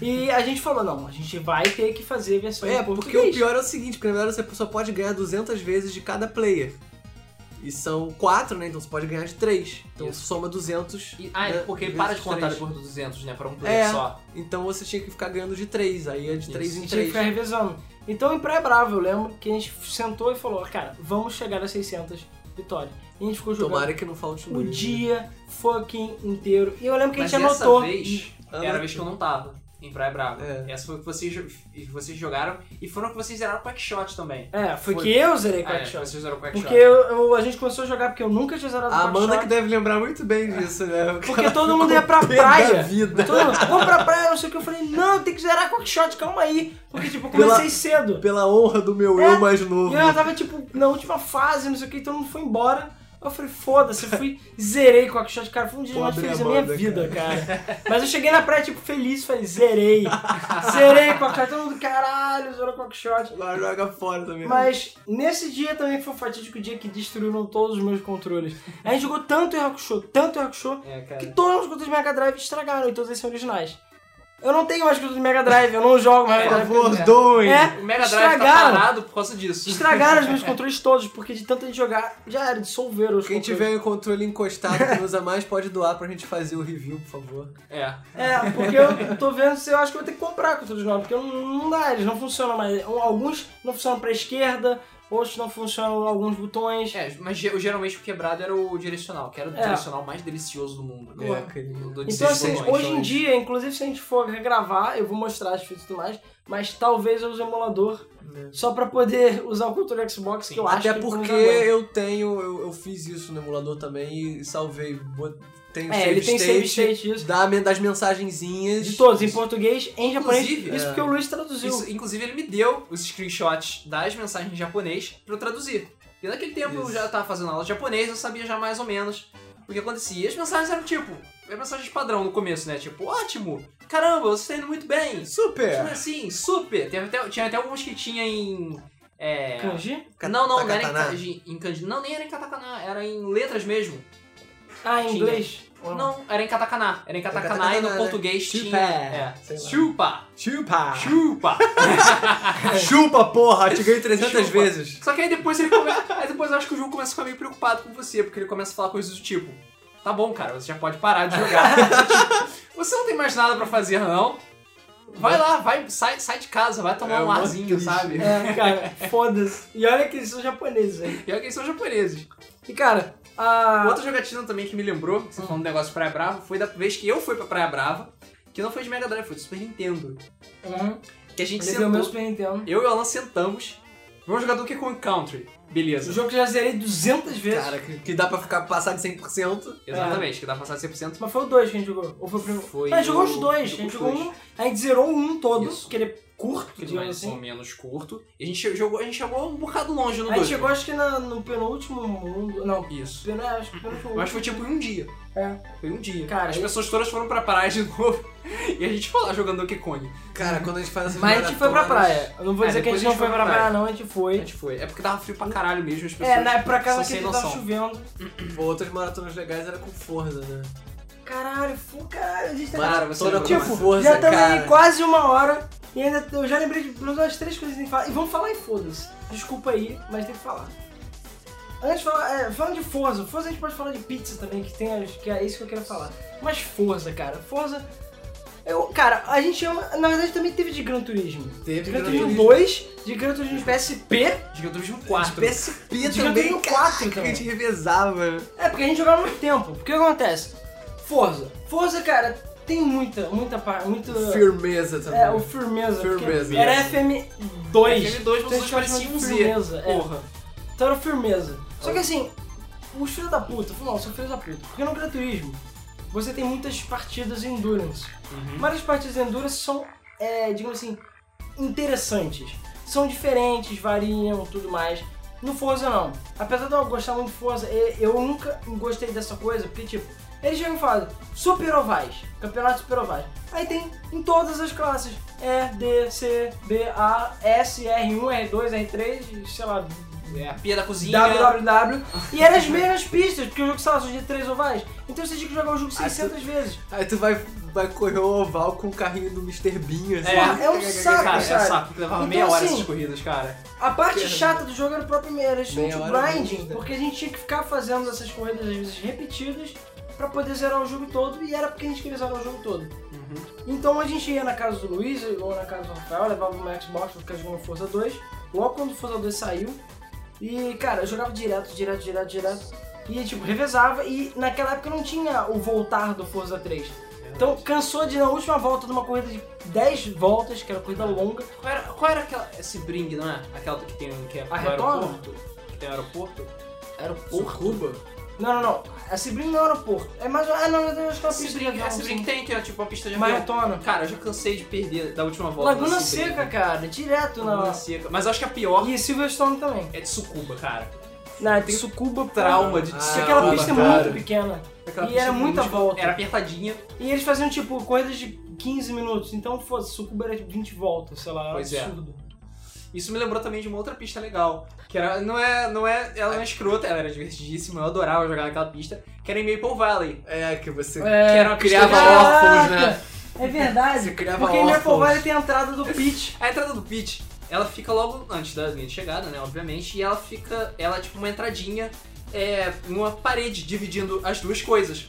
A: e a gente falou, não, a gente vai ter que fazer a versão
C: É,
A: em português.
C: porque o pior é o seguinte, porque na verdade você só pode ganhar 200 vezes de cada player. E são 4, né? Então você pode ganhar de 3. Então
B: Isso.
C: soma 200.
B: E- ah,
C: né,
B: porque ele
C: vezes
B: para de contar
C: três.
B: depois do 200, né? Pra um player
C: É.
B: só.
C: Então você tinha que ficar ganhando de 3. Aí é de
B: Isso.
C: 3
A: A
C: em
A: gente tinha que
C: 3.
A: ficar revezando. Então, em Praia Brava, eu lembro que a gente sentou e falou, cara, vamos chegar a 600 vitórias. E a gente ficou jogando
C: Tomara que né? não falte
A: o
C: muito.
A: dia fucking inteiro. E eu lembro que
B: Mas
A: a gente
B: dessa
A: anotou. Uhum.
B: vez, era a vez que eu não tava em Praia Brava.
C: É.
B: Essa foi o que vocês, jo- e vocês jogaram. E foram que vocês zeraram o Quackshot também.
A: É, foi,
B: Foi.
A: que eu zerei
B: Ah, é,
A: Quackshot.
B: vocês zeraram o Quackshot.
A: porque eu- eu- a gente começou a jogar porque eu nunca tinha zerado
C: A Amanda que
A: Quackshot.
C: deve lembrar muito bem disso, né?
A: Porque todo mundo ia pra praia.
C: Da vida.
A: Todo mundo, vamos pra praia, não sei o que. Eu falei, não, tem que zerar Quackshot, calma aí. Porque, tipo, eu comecei cedo.
C: Pela honra do meu
A: É.
C: eu mais
A: E
C: novo.
A: ela tava, tipo, na última fase, não sei o que, todo mundo foi embora. Eu falei, foda-se, eu fui, zerei com a Quackshot, cara, foi um dia mais
C: Pobre
A: feliz da minha
C: Amanda,
A: vida, cara. Mas eu cheguei na praia, tipo, feliz, falei, zerei. zerei com a Quackshot, todo mundo, caralho, zerou com a Quackshot.
C: Agora joga fora também.
A: Mas nesse dia também foi o fatídico dia que destruíram todos os meus controles. A gente jogou tanto em Hakusho, tanto em Hakusho,
B: É, cara.
A: que todos os controles de Mega Drive estragaram e todos eles são originais. Eu não tenho mais controle de Mega Drive, eu não jogo mais
B: É,
A: Mega
C: Por
A: Drive.
C: favor, doem.
A: É,
B: O Mega Drive tá
A: estragaram.
B: parado por causa disso.
A: Estragaram os meus controles todos, porque de tanto a gente jogar, já era, dissolveram os
C: Quem
A: controles.
C: tiver o controle encostado que não usa mais, pode doar pra gente fazer o review, por favor.
B: É.
A: É, porque eu tô vendo se eu acho que eu vou ter que comprar controles novos, porque não, não dá, eles não funcionam mais. Um, Alguns não funcionam pra esquerda, outros não funcionam alguns botões.
B: É, mas ge- geralmente o quebrado era o direcional, que era o
A: É.
B: direcional mais delicioso do mundo. né?
A: Boa.
C: aquele-
B: Do- do
A: Então,
B: 16
A: assim,
B: botões.
A: hoje em dia, inclusive se a gente for gravar, eu vou mostrar as fitas e tudo mais, mas talvez eu use o emulador só pra poder usar o controle Xbox, que eu acho
C: Até
A: que
C: porque
A: não aguenta.
C: eu tenho, eu, eu fiz isso no emulador também e salvei. Bo- Tenho
A: É,
C: save
A: ele tem save
C: state,
A: state, isso.
C: da men- das mensagenzinhas.
A: De todos, em português, em japonês.
B: Inclusive,
A: isso
C: é.
A: porque o Luiz traduziu.
B: Então, Isso, inclusive, ele me deu os screenshots das mensagens em japonês pra eu traduzir. Porque naquele tempo eu
C: Isso.
B: já tava fazendo aula de japonês, eu sabia já mais ou menos o que acontecia. E as mensagens eram tipo, as mensagens padrão no começo, né? Tipo, ótimo! Caramba, você tá indo muito bem! Tipo
A: É.
C: Super!
B: assim, super! Teve até, tinha até alguns que tinha em. É.
A: Kanji?
B: Não, não, não era em,
C: Katakana.
B: kanji, em kanji. Não, nem era em katakana, era em letras mesmo.
A: Ah, em
B: Tinha.
A: inglês?
B: Não, era em katakana. Era em katakana, e no
C: katakana, né?
B: português
C: Chupa.
B: tinha. É.
C: Sei lá. Ah.
B: Chupa!
C: Chupa!
B: Chupa!
C: Chupa, porra! Te ganhei 300
B: Chupa.
C: vezes.
B: Só que aí depois ele começa. aí depois eu acho que o jogo começa a ficar meio preocupado com você, porque ele começa a falar coisas do tipo. Tá bom, cara, você já pode parar de jogar. Tipo, você não tem mais nada pra fazer, não. Vai lá, vai, sai, sai de casa, vai tomar
C: É
B: um
C: uma
B: arzinho,
C: triste.
B: sabe?
A: É, cara, foda-se. E olha que eles são japoneses, velho.
B: Pior que eles são japoneses.
A: E, cara,
C: Ah.
A: a...
B: Outra jogatina também que me lembrou, que você falando do negócio de Praia Brava, foi da vez que eu fui pra Praia Brava, que não foi de Mega Drive, foi do Super Nintendo.
A: Hum,
B: Que a gente
A: Ele deu
B: sentou.
A: meu Super Nintendo.
B: Eu e o Alan sentamos Vamos jogar Donkey Kong Country.
A: Um
B: Beleza.
A: jogo que eu já zerei 200 vezes.
C: Cara, que, que dá pra ficar passar de 100%.
B: Exatamente, que dá pra passar de 100%.
A: Mas foi o 2 que a gente jogou. Ou foi o primeiro?
B: Foi
A: Não, a gente jogou
B: o-
A: os dois. A gente jogou um, a gente zerou um todo,
B: Isso.
A: que ele é curto,
B: Que mais
A: digamos assim.
B: ou menos curto. E a gente jogou, a gente chegou um bocado longe no
A: A gente
B: dois.
A: chegou, acho que na- no penúltimo mundo. Não,
B: Isso.
A: penu- acho que penúltimo mundo.
B: Mas foi tipo em um dia.
A: É.
B: Foi um dia.
A: Cara,
B: as
A: eu-
B: pessoas todas foram pra praia de novo. E a gente foi lá jogando Donkey Kong.
C: Cara, quando a gente faz essas
A: Mas a gente foi pra
C: maratonas-
A: praia. Eu não vou
B: É,
A: dizer que a
B: depois
A: gente não foi pra praia, não, a gente
B: A
A: foi.
B: gente foi. É porque tava frio pra caralho mesmo, as pessoas.
A: É, na, por acaso
B: são
A: aquele
B: sem
A: dia tava
B: noção.
A: chovendo.
C: Outras maratonas legais era com Forza, né?
A: Caralho, fu, caralho, a gente tá.
B: Cara, você
C: Maratona
B: lembra
C: com
B: mais?
C: Forza,
A: já estamos
C: cara.
A: aí quase uma hora e ainda eu já lembrei de pelo menos umas três coisas que tem que falar. E vamos falar e foda-se. Desculpa aí, mas tem que falar. Antes de falar, é, falando de Forza, Forza a gente pode falar de pizza também, que tem as- que é isso que eu quero falar. Mas Forza, cara, Forza. Eu, cara, a gente ama. Na verdade também teve de Gran Turismo.
C: Teve um
A: De Gran
C: Gran
A: Turismo
C: Turismo.
A: 2, de Gran Turismo PSP,
B: Giga Turismo 4.
C: PSP
A: de Gran
C: também,
A: Turismo
C: cara,
A: 4
C: que a
A: também.
C: gente revezava.
A: É, porque a gente jogava muito tempo. Porque o que acontece? Forza. Forza, cara, tem muita, muita parte. Muito.
C: Firmeza também.
A: É, o firmeza. porque
C: Firmeza.
A: Era FM2.
B: FM2,
A: então a gente
B: vocês pareciam
A: chamava de
B: um Z,
A: firmeza, é.
B: Porra.
A: Então era firmeza. Só que assim, os filhos da puta, não, é são filhos da puta. Porque no Gran Turismo, você tem muitas partidas de Endurance. Mas as partidas de Endurance são, é, digamos assim, interessantes. São diferentes, variam tudo mais. No Forza não. Apesar de eu gostar muito de Forza, e- eu nunca gostei dessa coisa, porque tipo, eles chegam e falam, Super Ovais, Campeonato Super Ovais. Aí tem em todas as classes, E, D, C, B, A, S, R1, R2, R3, sei lá,
B: É a pia da cozinha.
A: WWW. E eram as mesmas pistas, porque o jogo, sei lá, só tinha três ovais. Então você tinha que jogar o jogo 600 vezes.
C: Aí tu vai, vai correr o oval com o carrinho do Mr. Bean, assim.
A: É, um saco,
B: Cara, é
A: cara.
B: saco. que Levava
A: Então,
B: meia hora
A: assim,
B: essas corridas, cara.
A: A parte chata do jogo era o próprio era
C: né? Meia
A: justamente o
C: hora né?
A: grinding,
C: vista.
A: porque a gente tinha que ficar fazendo essas corridas às vezes repetidas pra poder zerar o jogo todo, e era porque a gente queria zerar o jogo todo.
C: Uhum.
A: Então a gente ia na casa do Luiz ou na casa do Rafael, levava uma Xbox pra ficar jogando Forza 2, logo quando o Forza 2 saiu. E, cara, eu jogava direto, direto, direto, direto. E, tipo, revezava, e naquela época não tinha o voltar do Forza 3. Então cansou de ir na última volta de uma corrida de 10 voltas, que era uma corrida
C: É.
A: longa,
B: Qual era, qual era aquela. Esse bring, não é? Aquela que tem. Que é
A: A
B: no
A: retoma?
B: aeroporto. Que tem aeroporto.
A: era o
C: Por Cuba?
A: Não, não, não. A Sebring não é aeroporto. É mais. Ah, não, eu acho que é uma
B: Esse
A: pista de
B: bring,
A: avião.
B: esse bring
A: assim.
B: tem, que é tipo uma pista de avião.
A: Maratona.
B: Cara, eu já cansei de perder da última volta.
A: Laguna
B: nesse brinco.
A: Seca, cara. Direto
B: Laguna
A: na.
B: Seca. Mas eu acho que a pior
A: E Silverstone também.
B: é de Sucuba, cara.
A: Não, tem Sucuba
B: Trauma de
C: Ah,
A: Porque
B: Tsukuba.
A: aquela
C: Trauma,
A: pista é
C: cara.
A: muito pequena.
B: Aquela
A: e
B: pista
A: era muita
B: muito-
A: volta.
B: Era apertadinha.
A: E eles faziam, tipo, corridas de 15 minutos. Então, foda-se, Sucuba era tipo 20 voltas, sei lá. Era
B: Pois é.
A: absurdo.
B: Isso me lembrou também de uma outra pista legal. Que era, não é, não é, ela não é escrota, ela era divertidíssima, eu adorava jogar naquela pista. Que era em Maple Valley.
C: É, que você
A: É.
B: que era uma pista
C: criava
B: de-
C: órfãos, né?
A: Caraca, É verdade.
C: Você criava
A: Porque em Apple
C: órfãos.
A: Valley tem a entrada do pit.
B: A entrada do pit, ela fica logo antes da linha de chegada, né, obviamente. E ela fica, ela é tipo uma entradinha, é, numa parede, dividindo as duas coisas.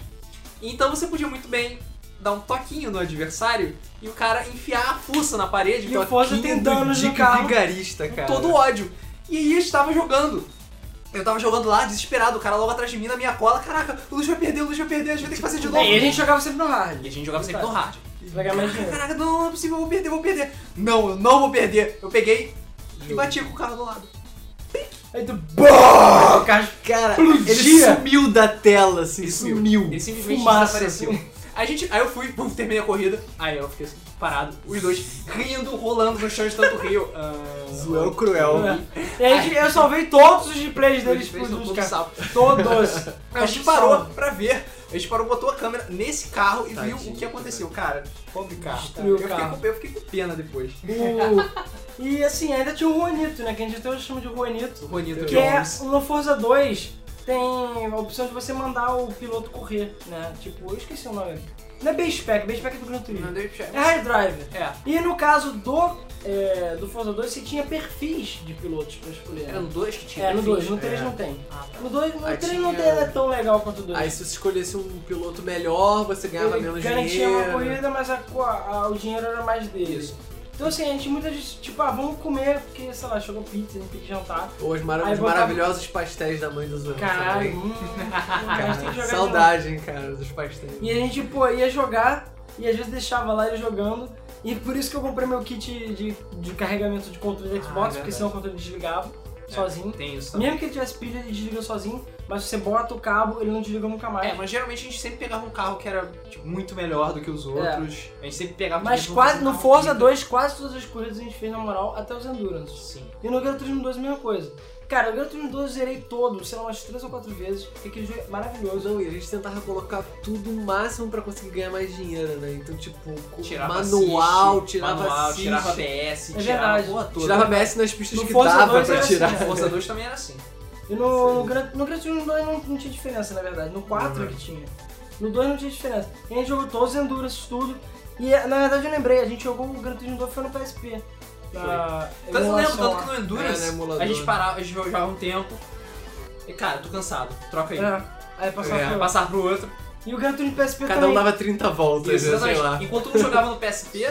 B: Então você podia muito bem dar um toquinho no adversário e o cara enfiar a fuça na parede. é
A: E
B: um toquinho
A: o Forza tem
B: do
A: danos no
B: Dick
A: carro.
C: Vigarista, cara.
B: todo ódio. E aí eu estava jogando. Eu tava jogando lá, desesperado, o cara logo atrás de mim na minha cola. Caraca, o Luiz vai perder, o Luiz vai perder, É, a gente vai ter que fazer de novo.
A: É, E a gente jogava sempre no hard.
B: E a gente jogava sempre no rádio.
A: Pegar mais dinheiro.
B: Caraca, não, não é possível, eu vou perder, eu vou perder. Não, eu não vou perder. Eu peguei e bati com o carro do lado.
A: Aí tu. Boa! O carro
C: Cara, ele
A: Explodia.
C: sumiu da tela, assim,
B: Ele sumiu.
C: sumiu.
B: Ele simplesmente
A: Fumaça,
B: desapareceu. A gente, assim. aí eu fui, bum, terminei a corrida. Aí eu fiquei assim, parado, os dois rindo, rolando no chão de tanto rio. Ah,
C: Zoel é cruel.
A: É. E aí gente- eu salvei todos os replays
B: Eles
A: deles
B: fez um
A: explodindo os
B: pouco
A: caras.
B: salvo.
A: Todos.
B: A gente parou pra ver. A gente parou, botou a câmera nesse carro e viu o
C: Tadinho,
B: que aconteceu. Cara, pobre carro.
A: Destruiu
B: eu,
A: o carro.
B: Fiquei com, eu fiquei com pena depois.
A: O- E assim, ainda tinha o Juanito, né? Que a gente até hoje chama de Juanito.
B: Bonito.
A: Que é, no Forza 2 tem a opção de você mandar o piloto correr, né? Tipo, eu esqueci o nome. Não é base pack, base pack é do Gran Turismo. É hard driver.
B: um É,
A: E no caso do, é, do Forza 2, você tinha perfis de pilotos pra escolher.
B: era no 2 que tinha.
A: É, no
B: perfil?
A: 2, no 3
C: É.
A: não tem.
B: Ah, tá.
A: No 2, no
C: Aí
A: 3 não
C: tinha-
A: tem, não é tão legal quanto o 2.
C: Aí se você escolhesse um piloto melhor, você ganhava menos
A: garantia
C: dinheiro.
A: uma corrida, mas a co- a- o dinheiro era mais deles.
B: Isso.
A: Então assim, a gente muitas vezes, tipo, ah, vamos comer, porque, sei lá, chegou pizza, a gente tem que jantar.
C: Ou os, mara-
A: Aí
C: os
A: botava-
C: maravilhosos pastéis da mãe do Zoel.
A: Caralho,
C: também.
A: hum, a gente tem que
C: Cara,
A: jogar
C: saudade, hein, cara, dos pastéis.
A: de novo. E a gente, pô, ia jogar, e às vezes deixava lá ele jogando. E por isso que eu comprei meu kit de, de carregamento de controle do
B: Ah,
A: Xbox,
B: é
A: porque senão o controle desligava sozinho.
B: Tem isso também.
A: Mesmo que ele tivesse pilha, ele desliga sozinho, mas se você bota o cabo, ele não desliga nunca mais.
B: É, mas geralmente a gente sempre pegava um carro que era tipo, muito melhor do que os outros. A gente sempre pegava
A: É. Mas
B: mesmo um
A: quase,
B: carro
A: no Forza
B: que-
A: 2, quase todas as corridas a gente fez na moral, até os Endurance.
B: Sim.
A: E no Gran Turismo 12 a mesma coisa. Cara, o Gran Turismo 12 eu zerei todo, sei lá, umas 3 ou 4 vezes, porque aquele jogo é maravilhoso.
C: Não, e a gente tentava colocar tudo o máximo pra conseguir ganhar mais dinheiro, né? Então, tipo, com
B: Tirava
C: manual,
B: assist,
C: tirava
B: manual,
C: assist,
B: tirava ABS,
A: É
B: tirava a
A: verdade.
B: porra toda.
C: tirava BS nas pistas
A: No
C: que
A: Forza
C: dava
A: 2
C: pra
A: era assim,
C: tirar.
B: O Forza 2 também era assim.
A: E no, Gran, no Gran Turismo 2 não, não tinha diferença, na verdade. No 4
C: Uhum.
A: que tinha. No 2 não tinha diferença. E a gente jogou todos os Endurance, tudo. E na verdade eu lembrei, a gente jogou o Gran Turismo 2 foi no PSP. Na
B: Tanto eu lembro,
A: emulação
B: tanto
A: lá.
B: que no Endurance,
C: É, no emulador.
B: a gente parava, a gente jogava um tempo. E cara, tô cansado, troca aí.
A: É, aí passava
C: É.
A: pro-
B: Passar pro outro.
A: E o Gran Turismo PSP
C: Cada um
A: também.
C: dava 30 voltas,
B: Isso,
C: né? sei
B: exatamente.
C: lá.
B: Enquanto um jogava no PSP,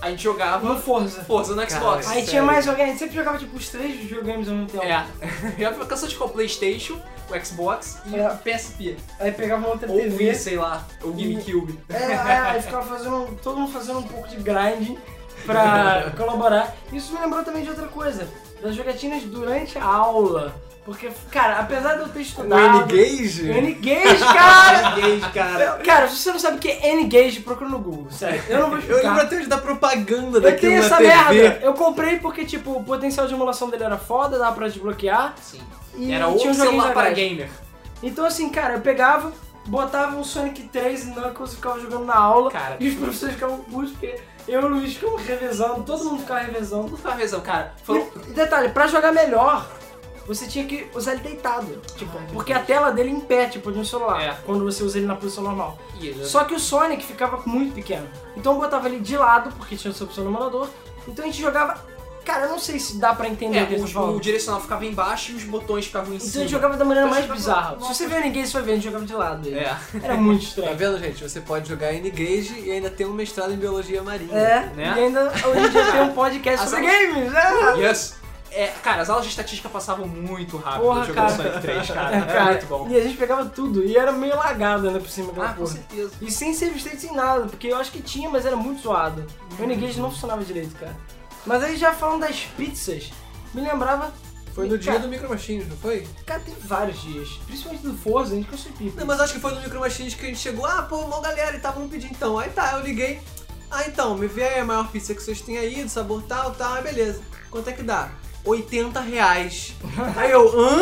B: a gente jogava
A: No Forza.
B: Forza no Xbox.
C: Cara,
A: Aí
C: Sério.
A: tinha mais alguém, a gente sempre jogava tipo os três videogames ao mesmo tempo.
B: É. Já cansou de ficar o Playstation, o Xbox e
A: É.
B: o PSP.
A: Aí pegava uma outra
B: Ou o
A: TV.
B: Wii, sei lá, ou o GameCube.
A: É, é, aí ficava fazendo, todo mundo fazendo um pouco de grinding pra colaborar. Isso me lembrou também de outra coisa, das jogatinas durante a aula. Porque, cara, apesar de eu ter
C: O
A: estudado...
C: N-Gage?
A: N-Gage, cara!
B: Gays, cara.
A: Cara, se você não sabe o que é N-Gage, procura no Google, sério. Eu não vou
C: Eu lembro
A: explicar.
C: até hoje da propaganda
A: Eu
C: daquilo
A: tenho
C: na
A: essa
C: TV.
A: merda! Eu comprei porque, tipo, o potencial de emulação dele era foda, dava pra desbloquear.
B: Sim.
A: E
B: Era outro
A: tinha um joguinho
B: celular para
A: legais.
B: gamer.
A: Então, assim, cara, eu pegava, botava um Sonic 3 e Knuckles e ficava jogando na aula.
B: Cara.
A: E os professores ficavam putos, porque eu e o Luiz ficamos revezando, todo mundo ficava revezando.
B: Não foi um- a razão, cara. Falou.
A: E, detalhe, pra jogar melhor, você tinha que usar ele deitado. Tipo, porque a tela dele é em pé, tipo, de um celular.
B: É.
A: Quando você usa ele na posição normal.
B: Ih, já-
A: Só que o Sonic ficava muito pequeno. Então eu botava ele de lado, porque tinha essa opção no emulador. Então a gente jogava. Cara, eu não sei se dá pra entender o que
B: É,
A: eles
B: o,
A: estão falando.
B: o direcional ficava embaixo e os botões ficavam em
A: um Então
B: cima.
A: ele jogava da maneira
B: Eu
A: mais
B: jogava-
A: bizarra. Se
B: Nossa.
A: você vê ninguém, você vai ver, ele jogava de lado. Ele.
B: É,
A: Era muito
C: Tá
A: estranho.
C: vendo, gente? Você pode jogar N-Gage e ainda tem um mestrado em Biologia Marinha.
A: É,
B: Né?
A: e ainda hoje em dia tem um podcast
B: As
A: sobre games, né?
B: yes. É, cara, as aulas de estatística passavam muito rápido
A: Porra,
B: no jogo do
A: cara.
B: Sonic 3, cara.
A: É,
B: Era
A: cara,
B: muito bom.
A: E a gente pegava tudo, e era meio lagado ainda por cima aquela
B: Ah, com
A: porra.
B: certeza.
A: E sem save state, sem nada, porque eu acho que tinha, mas era muito zoado. O Renegade não funcionava direito, cara. Mas aí já falando das pizzas, me lembrava...
C: Foi no dia
A: cara,
C: do Micro Machines, não foi?
A: Cara, tem vários dias, principalmente do Forza, a gente conseguiu pizza.
C: Não, mas acho que foi no Micro Machines que a gente chegou, ah, pô, mal galera, e tava vamos pedir então. Aí tá, eu liguei. Ah, então, me vê aí a maior pizza que vocês têm aí, do sabor tal, tal, ah, beleza. Quanto é que dá? 80 reais. Aí eu, hã?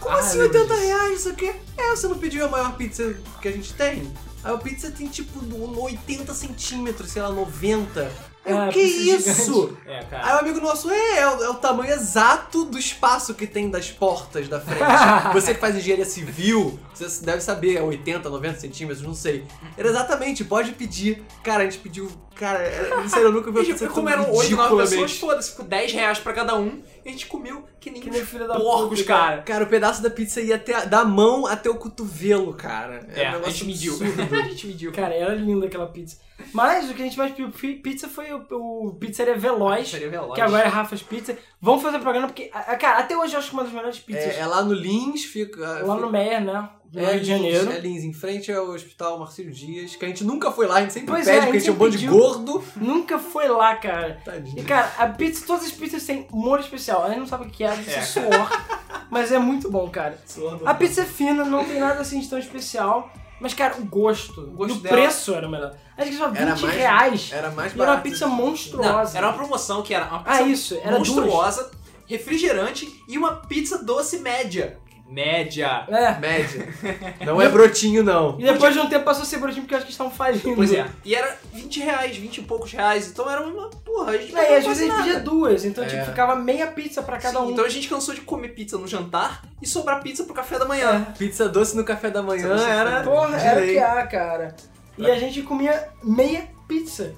C: Como
B: Ah,
C: assim
B: eu lembro
C: 80
B: disso.
C: reais? Isso aqui? É, você não pediu a maior pizza que a gente tem? Aí a pizza tem tipo do- 80 centímetros, sei lá, 90. Aí
A: Ah,
C: o que
A: pizza
C: isso?
A: gigante.
B: É,
C: Aí
B: cara.
C: o amigo nosso é, é o, é o tamanho exato do espaço que tem das portas da frente. Você que faz engenharia civil, você deve saber, é 80, 90 centímetros, não sei. Era exatamente, pode pedir. Cara, a gente pediu. Cara, era- não sei, eu nunca vi uma
B: E
C: pizza
B: tipo, como
C: tão
B: eram 8, 9 pessoas,
C: ridiculamente.
B: foda-se, ficou 10 reais pra cada um e a gente comeu que nem,
A: Que nem filho da
B: porcos,
A: puta,
B: cara.
C: Cara, o pedaço da pizza ia até, da mão até o cotovelo, cara.
B: É,
C: Era um
B: a
C: negócio
B: gente mediu.
C: absurdo.
B: a gente mediu.
A: Cara, era linda aquela pizza. Mas o que a gente mais pediu fi- pizza foi o, o Pizzaria Veloz.
B: Seria veloz.
A: Que agora é Rafa's Pizza. Vamos fazer um programa porque, a- a- cara, até hoje eu acho que uma das melhores pizzas.
C: É, é lá no Lins, fica.
A: lá no Meyer, né? No
C: É,
A: Rio de Janeiro.
C: Lins, é Lins, em frente ao Hospital Marcílio Dias, que a gente nunca foi lá, a gente sempre
A: Pois é,
C: pede,
A: a
C: porque a
A: gente
C: gente é um bando de
A: sempre
C: gordo.
A: Nunca foi lá, cara.
C: Tadinho.
A: E, cara, a pizza, todas as pizzas têm molho especial. A gente não sabe o que é, deve ser suor. Mas é muito bom, cara. A pizza é fina, não tem nada assim de tão especial. Mas, cara, o gosto. O,
B: gosto
A: e o
B: dela-
A: preço era o melhor. Acho que só 20
C: Era mais-
A: reais.
C: Era mais
A: E era uma
C: barato.
A: pizza
B: Não,
A: monstruosa.
B: era uma promoção que era uma pizza
A: Ah, isso. Era duas.
B: monstruosa, refrigerante e uma pizza doce média. Média.
A: É.
C: Média. Não é brotinho, não.
A: E depois de um tempo passou a ser bonitinho porque eu acho que estavam falindo.
B: Pois é. E era 20 reais, 20 e poucos reais. Então era uma porra. A gente não
A: Aí, É, às
B: fazia
A: vezes a gente
B: nada.
A: pedia duas, então
C: É.
A: tipo, ficava meia pizza pra cada
B: Sim,
A: um.
B: Então a gente cansou de comer pizza no jantar e sobrar pizza pro café da manhã.
A: É.
C: Pizza doce no café da manhã
B: Pizza doce
C: era.
A: Porra, era o que
C: direito.
A: há, cara. E a gente comia meia pizza.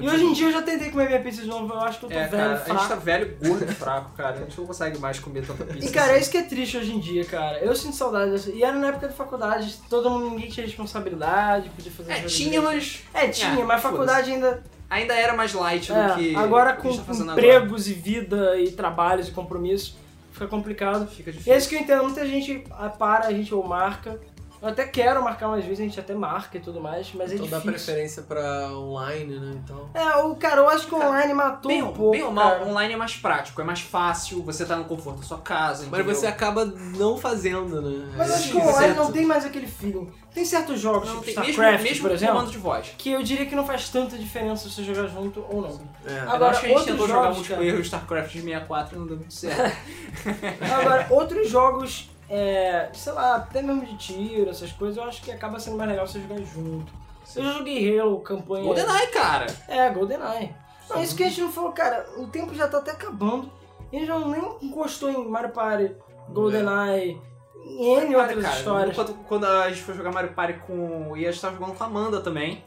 A: E hoje em dia eu já tentei comer minha pizza de novo, eu acho que eu tô
B: tipo É,
A: velho,
B: cara, a
A: fraco.
B: gente tá velho, gordo e fraco, cara. A gente não consegue mais comer tanta pizza.
A: E cara, é
B: assim.
A: isso que é triste hoje em dia, cara. Eu sinto saudade dessa. E era na época da faculdade, todo mundo, ninguém tinha responsabilidade, podia fazer. as
B: É,
A: coisas
B: tinha,
A: direito.
B: mas
A: É, tinha,
B: é,
A: mas a faculdade ainda.
B: ainda era mais light do
A: é,
B: Tipo que.
A: agora
B: o
A: com
B: que a gente tá fazendo agora.
A: empregos e vida e trabalhos e compromisso, fica complicado.
B: Fica difícil.
A: E é isso que eu entendo, muita gente ah, para, a gente ou marca. Eu até quero marcar umas vezes, a gente até marca e tudo mais, mas é
C: Então dá
A: difícil.
C: preferência pra online, né? Então.
A: É, o cara, eu acho que online matou
B: Bem,
A: um pouco.
B: bem ou mal,
A: cara.
B: online é mais prático, é mais fácil, você tá no conforto da sua casa,
C: Mas
B: entendeu?
A: é
C: você acaba não fazendo, né?
A: Mas
C: É
A: acho que
C: esquisito.
A: online não tem mais aquele feeling. Tem certos jogos,
B: não,
A: tipo
B: tem,
A: StarCraft,
B: mesmo, mesmo
A: por
B: com
A: exemplo,
B: comando de voz.
A: que eu diria que não faz tanta diferença se você jogar junto ou não.
C: É.
B: Agora,
A: Agora,
B: acho que a gente
A: outros
B: tentou jogar
A: jogos, cara.
B: multiplayer StarCraft de 64 e não deu muito certo.
A: Agora, outros jogos, é, sei lá, até mesmo de tiro, essas coisas, eu acho que acaba sendo mais legal você jogar junto. Eu já joguei Halo, campanha.
B: GoldenEye, cara.
A: É, GoldenEye. Não, isso que a gente não falou, cara, o tempo já tá até acabando. A gente já nem encostou em Mario Party, GoldenEye, em N
B: Mario,
A: outras
B: cara,
A: histórias.
B: Quando, quando a gente foi jogar Mario Party com. E a gente tava jogando com a Amanda também.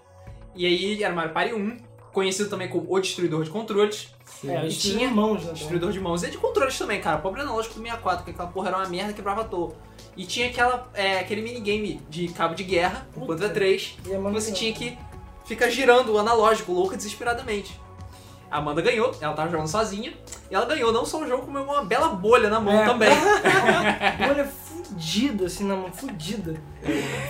B: E aí era Mario Party 1, conhecido também como o Destruidor de Controles.
A: É, os
B: tinha-
A: irmãos, né? também.
B: Destruidor de mãos e é de controles também, cara. Pobre analógico do 64, que aquela porra era uma merda, quebrava à toa. E tinha aquela, é, aquele minigame de cabo de guerra,
A: Puta.
B: contra 3,
A: E é
B: que
A: muito
B: você
A: legal.
B: tinha que ficar girando o analógico louca desesperadamente. A Amanda ganhou, ela tava jogando sozinha, e ela ganhou não só o jogo, como uma bela bolha na mão
A: É.
B: também.
A: bolha é fudida, assim, na mão, fudida.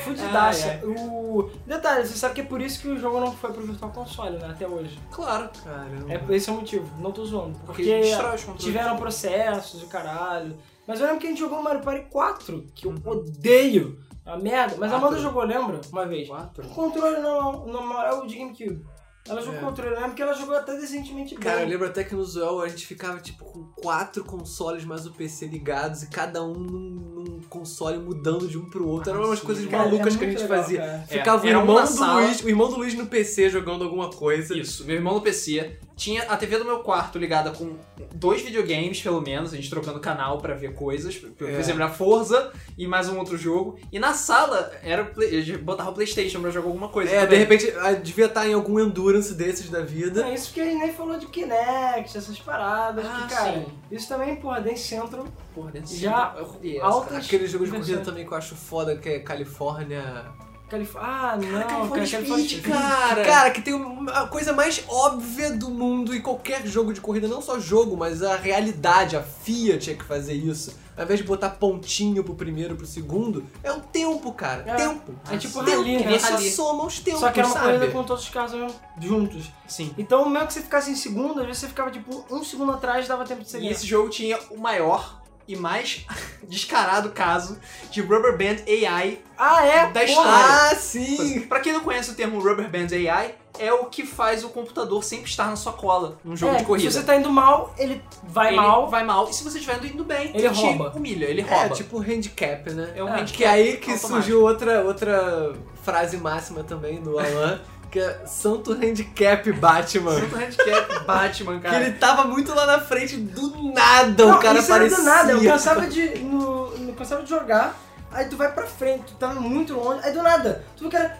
A: Fudidaça.
B: Ai,
A: O... Detalhe, você sabe que é por isso que o jogo não foi pro Virtual Console, né, até hoje.
B: Claro,
C: Caramba.
A: É, esse é o motivo, não tô zoando.
B: porque,
A: Porque,
B: destrói os controles.
A: tiveram processos e caralho. Mas eu lembro que a gente jogou Mario Party 4, que eu
C: Uhum.
A: odeio. É uma merda. Mas a Amanda
B: Quatro?
A: jogou, lembra? Uma vez.
B: Quatro?
A: O controle não, na moral de GameCube. Ela jogou
C: É.
A: o controle, eu lembro que ela jogou até decentemente bem.
C: Cara, eu lembro até que no Zoel a gente ficava tipo com quatro consoles mais o PC ligados e cada um num, num console mudando de um pro outro. Eram
B: Ah,
C: umas
B: sim.
C: coisas
A: Cara, é
C: malucas que a
A: muito
C: gente
A: legal,
C: fazia.
A: cara.
B: É,
C: Ficava o
B: era um
C: irmão
B: na
C: do
B: sala.
C: Luiz, o irmão do Luiz no PC jogando alguma coisa.
B: Isso, meu irmão no PC tinha a TV do meu quarto ligada com dois videogames, pelo menos, a gente trocando canal pra ver coisas. Por por
C: É.
B: exemplo, a Forza e mais um outro jogo. E na sala era o play, a gente botava o Playstation pra jogar alguma coisa.
C: É, de
B: também.
C: repente ah, devia estar em algum endurance desses da vida.
A: É isso que a gente nem falou de Kinect, essas paradas.
B: Ah,
A: que, cara,
B: sim.
A: isso também, é porra, Dance Central,
B: É, Porra, dentro do
A: Já
B: cinema, eu odeio essa,
A: altas.
B: cara.
C: Aquele jogo de corrida
A: diversões.
C: também que eu acho foda, que é Califórnia.
A: Calif ah, não, é
B: California
A: cara,
B: Speed,
A: Speed.
B: é cara.
C: Cara, que tem uma- a coisa mais óbvia do mundo e qualquer jogo de corrida, não só jogo, mas a realidade, a FIA tinha que fazer isso. Ao invés de botar pontinho pro primeiro, pro segundo, é o tempo, cara.
A: É.
C: Tempo.
A: É tipo
C: tempo.
A: rally, né?
C: Eles só
A: Rally.
C: somam os tempos,
A: Só que era uma
C: sabe?
A: corrida com todos os carros ao mesmo- juntos.
B: Sim.
A: Então, mesmo que você ficasse em segundo, às vezes você ficava tipo um segundo atrás dava tempo de você
B: E
A: ganhar.
B: esse jogo tinha o maior e mais descarado caso de Rubber Band AI
A: Ah, é?
B: da
A: porra.
B: história.
C: Ah, sim!
B: Pra quem não conhece o termo Rubber Band AI, é o que faz o computador sempre estar na sua cola num jogo
A: É,
B: de corrida.
A: Se você tá indo mal, ele vai
B: Ele
A: mal.
B: Vai mal. E se você estiver indo bem,
A: Ele
B: te
A: rouba.
B: humilha, ele
C: É
B: rouba.
C: tipo handicap, né?
B: É um
A: É,
B: handicap
C: Que é aí que
B: automático.
C: surgiu outra, outra frase máxima também do Alan, que é Santo Handicap Batman.
B: Santo é um handicap Batman,
C: que
B: cara.
C: ele tava muito lá na frente, do nada
B: Então,
C: o cara
A: isso era
C: aparecia.
A: do nada. Eu cansava de, no, eu cansava de jogar, aí tu vai pra frente, tu tá muito longe, aí do nada, tu vê o cara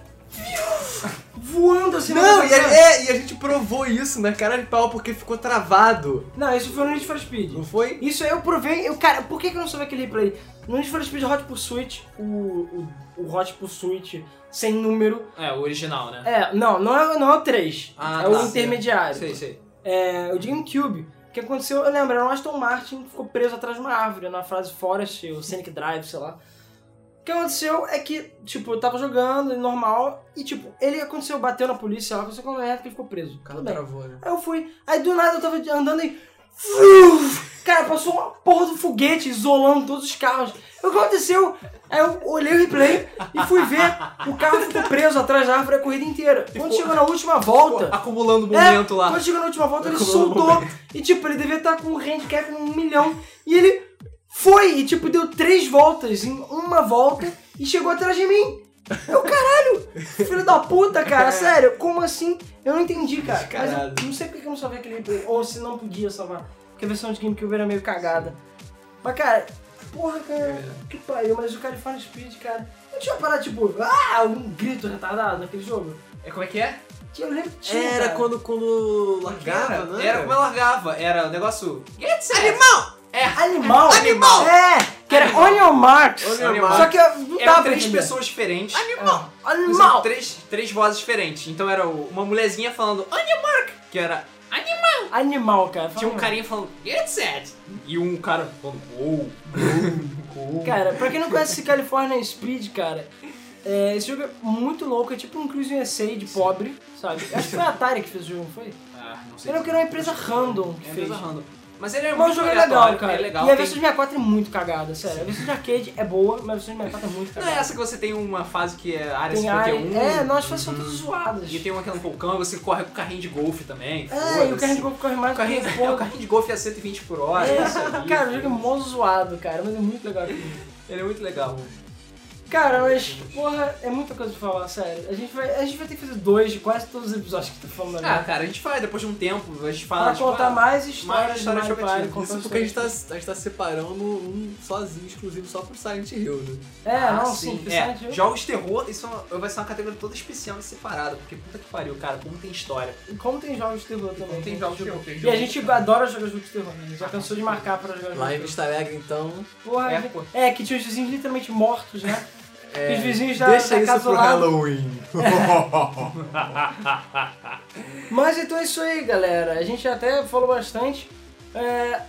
A: voando assim.
C: Não,
A: mas-
C: e a, é, e a gente provou isso na cara de pau porque ficou travado,
A: Não, isso foi no Need for Speed.
C: não foi?
A: Isso aí eu provei, eu, cara, por que, que eu não soube aquele replay? No Need for Speed Hot Pursuit, o, o, o Hot Pursuit sem número.
B: É, o original, né?
A: É, não, não é, não é o 3.
B: Ah,
A: é
B: tá.
A: o intermediário.
B: Sei, sei.
A: É, o GameCube. O que aconteceu, eu lembro, era um Aston Martin que ficou preso atrás de uma árvore, na frase Forest, ou Scenic Drive, sei lá. O que aconteceu é que, tipo, eu tava jogando, normal, e tipo, ele aconteceu, bateu na polícia, sei lá, aconteceu com o reto que ele ficou preso.
C: O
A: Tudo
C: cara
A: bem.
C: travou, né?
A: Aí eu fui, aí do nada eu tava andando e. Cara, passou uma porra do foguete isolando todos os carros. O que aconteceu? Aí eu olhei o replay e fui ver. O carro ficou preso atrás da árvore a corrida inteira. Quando chegou na última volta.
B: Pô, acumulando momento
A: É,
B: lá.
A: Quando chegou na última volta, ele
C: Acumulou
A: soltou. E tipo, ele devia estar com um handicap num milhão. E ele foi e tipo, deu três voltas em uma volta e chegou atrás de mim. Eu, caralho! Filho da puta, cara, sério, como assim? Eu não entendi, cara. Mas
C: Caralho.
A: eu não sei porque que eu não salvei aquele replay. Ou se não podia salvar. Porque a versão de GameCube era meio cagada. Mas, cara, porra, cara, que pariu. Mas o California Speed, cara, não tinha parado, tipo, ah, um grito retardado naquele jogo.
B: É como é que é?
A: Eu lembro que tinha,
C: Era
A: cara.
C: quando, quando
A: é,
C: largava, né?
B: era como é eu largava. Era o negócio. Get set.
A: Animal!
B: Animal!
A: É! Que era
B: Animal.
A: On Your Marks!
C: Olha,
B: Olha,
C: Marcos,
A: Só que eu não
B: Eram
A: dava pra
B: três
A: entender.
B: pessoas diferentes.
A: Animal!
B: Usando
A: Animal!
B: três, três vozes diferentes. Então era o- uma mulherzinha falando On your mark, que era animal.
A: Animal, cara.
B: Tinha um
A: Fala,
B: carinha falando Get set. E um cara falando Uou.
A: Cara, pra quem não conhece esse California Speed, cara, É, esse jogo é muito louco, é tipo um Cruise USA de pobre, sabe? Acho que foi a Atari que fez o jogo, não foi?
B: Ah, não sei.
A: Eu não quero uma empresa random que
B: É
A: fez.
B: empresa random. Mas ele é
A: Mas o
B: muito
A: jogo é legal,
B: aleatório,
A: cara.
B: É legal.
A: e a
B: tem-
A: versão de 64 é muito cagada, sério. A versão de arcade é boa, mas a versão de 64 é muito
B: Não
A: cagada.
B: é essa que você tem uma fase que é área
A: tem área.
B: 51.
A: É, não, as fases são todas zoadas.
B: E tem uma que é um vulcão e você corre com carrinho de golfe também.
A: É, e o
B: foda-se.
A: carrinho de golfe corre mais
B: O
A: do que
B: carrinho,
A: o
B: é, o
A: fogo.
B: carrinho de golfe é 120 por hora. isso
A: É,
B: aí.
A: cara, o jogo é mó zoado, cara, mas é muito legal. aquilo.
B: Ele é muito legal.
A: Cara, mas, porra, é muita coisa pra falar, sério. A gente vai, a gente vai ter que fazer dois de quase todos os episódios que tu tá falando
B: Ah,
A: agora.
B: cara, a gente fala depois de um tempo, a gente fala.
A: Pra
B: tipo,
A: contar
B: ah,
A: mais histórias
B: mais histórias
A: de Mario Party.
B: divertidas.
A: contando
C: Isso porque a gente, tá,
A: histórias.
C: a gente tá separando um sozinho, exclusivo, só pro Silent Hill, né?
A: É, um
B: ah,
A: não, sim. Silent
B: É,
A: Hill.
B: jogos de terror, isso é uma- vai ser uma categoria toda especial e separada, porque puta que pariu, cara, como tem história.
A: E Como tem jogos de terror também.
B: Como tem
A: né?
B: jogos de terror. tem
A: E a
B: jogos
A: gente
B: de terror. Ah,
A: adora jogar jogos de terror, né? Já cansou de marcar pra jogar
C: Lá em
A: jogos de terror.
C: Vista Alegre, então,
A: Porra,
B: É,
A: gente-
B: pô.
A: é, que tinha os vizinhos literalmente mortos, né? Que os vizinhos da,
C: é, deixa
A: da
C: isso
A: casa
C: pro
A: do lado.
C: Halloween.
A: Mas então é isso aí, galera. A gente até falou bastante. É,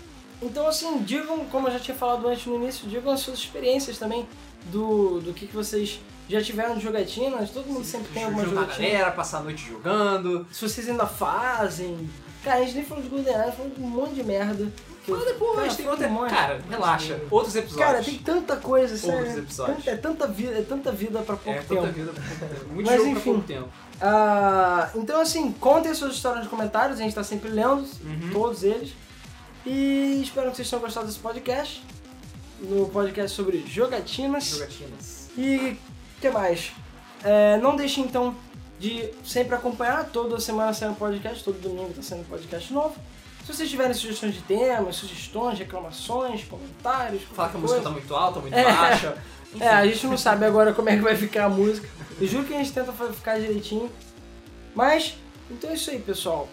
A: então, assim, digam, como eu já tinha falado antes no início, digam as suas experiências também do, do que, que vocês já tiveram de jogatinas. Todo mundo sempre tem alguma
B: Juntar a
A: jogatina.
B: galera, passar a noite jogando.
A: Se vocês ainda fazem. Cara, a gente nem falou de GoldenEye, falou de um monte de merda.
B: Mas depois
A: Cara,
B: tem
A: foi
B: outra.
A: um monte.
B: Cara, relaxa. Outros episódios.
A: Cara, tem tanta coisa,
B: Poucos
A: sério.
B: episódios.
A: Tanta- é tanta vida, é tanta vida pra pouco
B: é,
A: tempo.
B: tanta vida pra pouco tempo. Muito
A: Mas
B: jogo pra
A: enfim.
B: pouco tempo.
A: Ah, então, assim, contem suas histórias nos comentários, a gente tá sempre lendo
B: Uhum.
A: todos eles. E espero que vocês tenham gostado desse podcast. No podcast sobre jogatinas.
B: Jogatinas.
A: E o que mais? É, não deixe então de sempre acompanhar, toda semana saindo podcast, todo domingo tá saindo podcast novo. Se vocês tiverem sugestões de temas, sugestões, reclamações, comentários,
B: Falar que
A: qualquer
B: a música
A: coisa.
B: tá muito alta, muito
A: É.
B: baixa.
A: É, a gente não sabe agora como é que vai ficar a música. Eu juro que a gente tenta fa- ficar direitinho. Mas, então é isso aí, pessoal.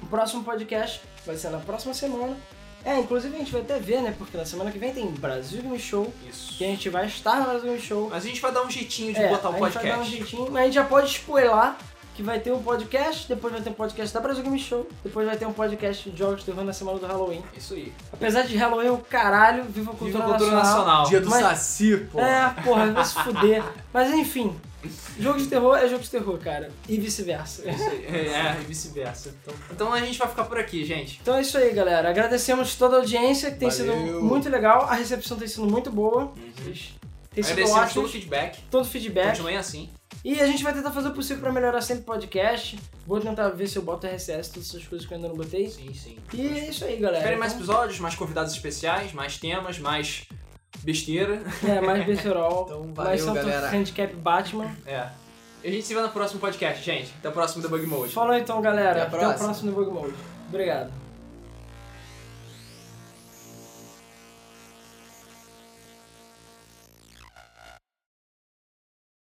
A: O próximo podcast vai ser na próxima semana. É, inclusive a gente vai até ver, né? Porque na semana que vem tem Brasil Game Show.
B: Isso.
A: Que a gente vai estar no Brasil Game Show.
B: Mas a gente vai dar um jeitinho de
A: É,
B: botar
A: a
B: o
A: gente vai dar um
B: podcast.
A: jeitinho, mas a gente já pode spoiler que vai ter um podcast, depois vai ter um podcast da Brasil Game Show, depois vai ter um podcast de jogos de terror na semana do Halloween.
B: Isso aí.
A: Apesar de Halloween, o caralho, viva a cultura,
B: Viva a cultura
A: nacional.
B: nacional.
C: Dia do
A: Mas-
C: Saci, pô.
A: É, porra, vai se fuder. Mas enfim, jogo de terror é jogo de terror, cara. E vice-versa.
B: Isso aí. É, e vice-versa. Então, então a gente vai ficar por aqui, gente.
A: Então é isso aí, galera. Agradecemos toda a audiência, que tem
C: Valeu.
A: sido muito legal. A recepção tem sido muito boa.
C: Uhum.
A: Tem sido
B: Agradecemos todo o
A: ótimo.
B: feedback.
A: Todo o feedback.
B: Continuem assim.
A: E a gente vai tentar fazer o possível pra melhorar sempre o podcast. Vou tentar ver se eu boto RSS, todas essas coisas que eu ainda não botei.
B: Sim, sim.
A: E é isso aí, galera.
B: Esperem mais
A: Então,
B: episódios, mais convidados especiais, mais temas, mais besteira.
A: É, mais besterol.
C: Então,
A: mais
C: valeu,
A: Santo
C: galera.
A: Handicap Batman.
B: É. E a gente se vê no próximo podcast, gente. Até o próximo Debug Mode.
A: Falou então, galera.
C: Até a
A: Até o
C: próxima.
A: próximo Debug Mode. Obrigado.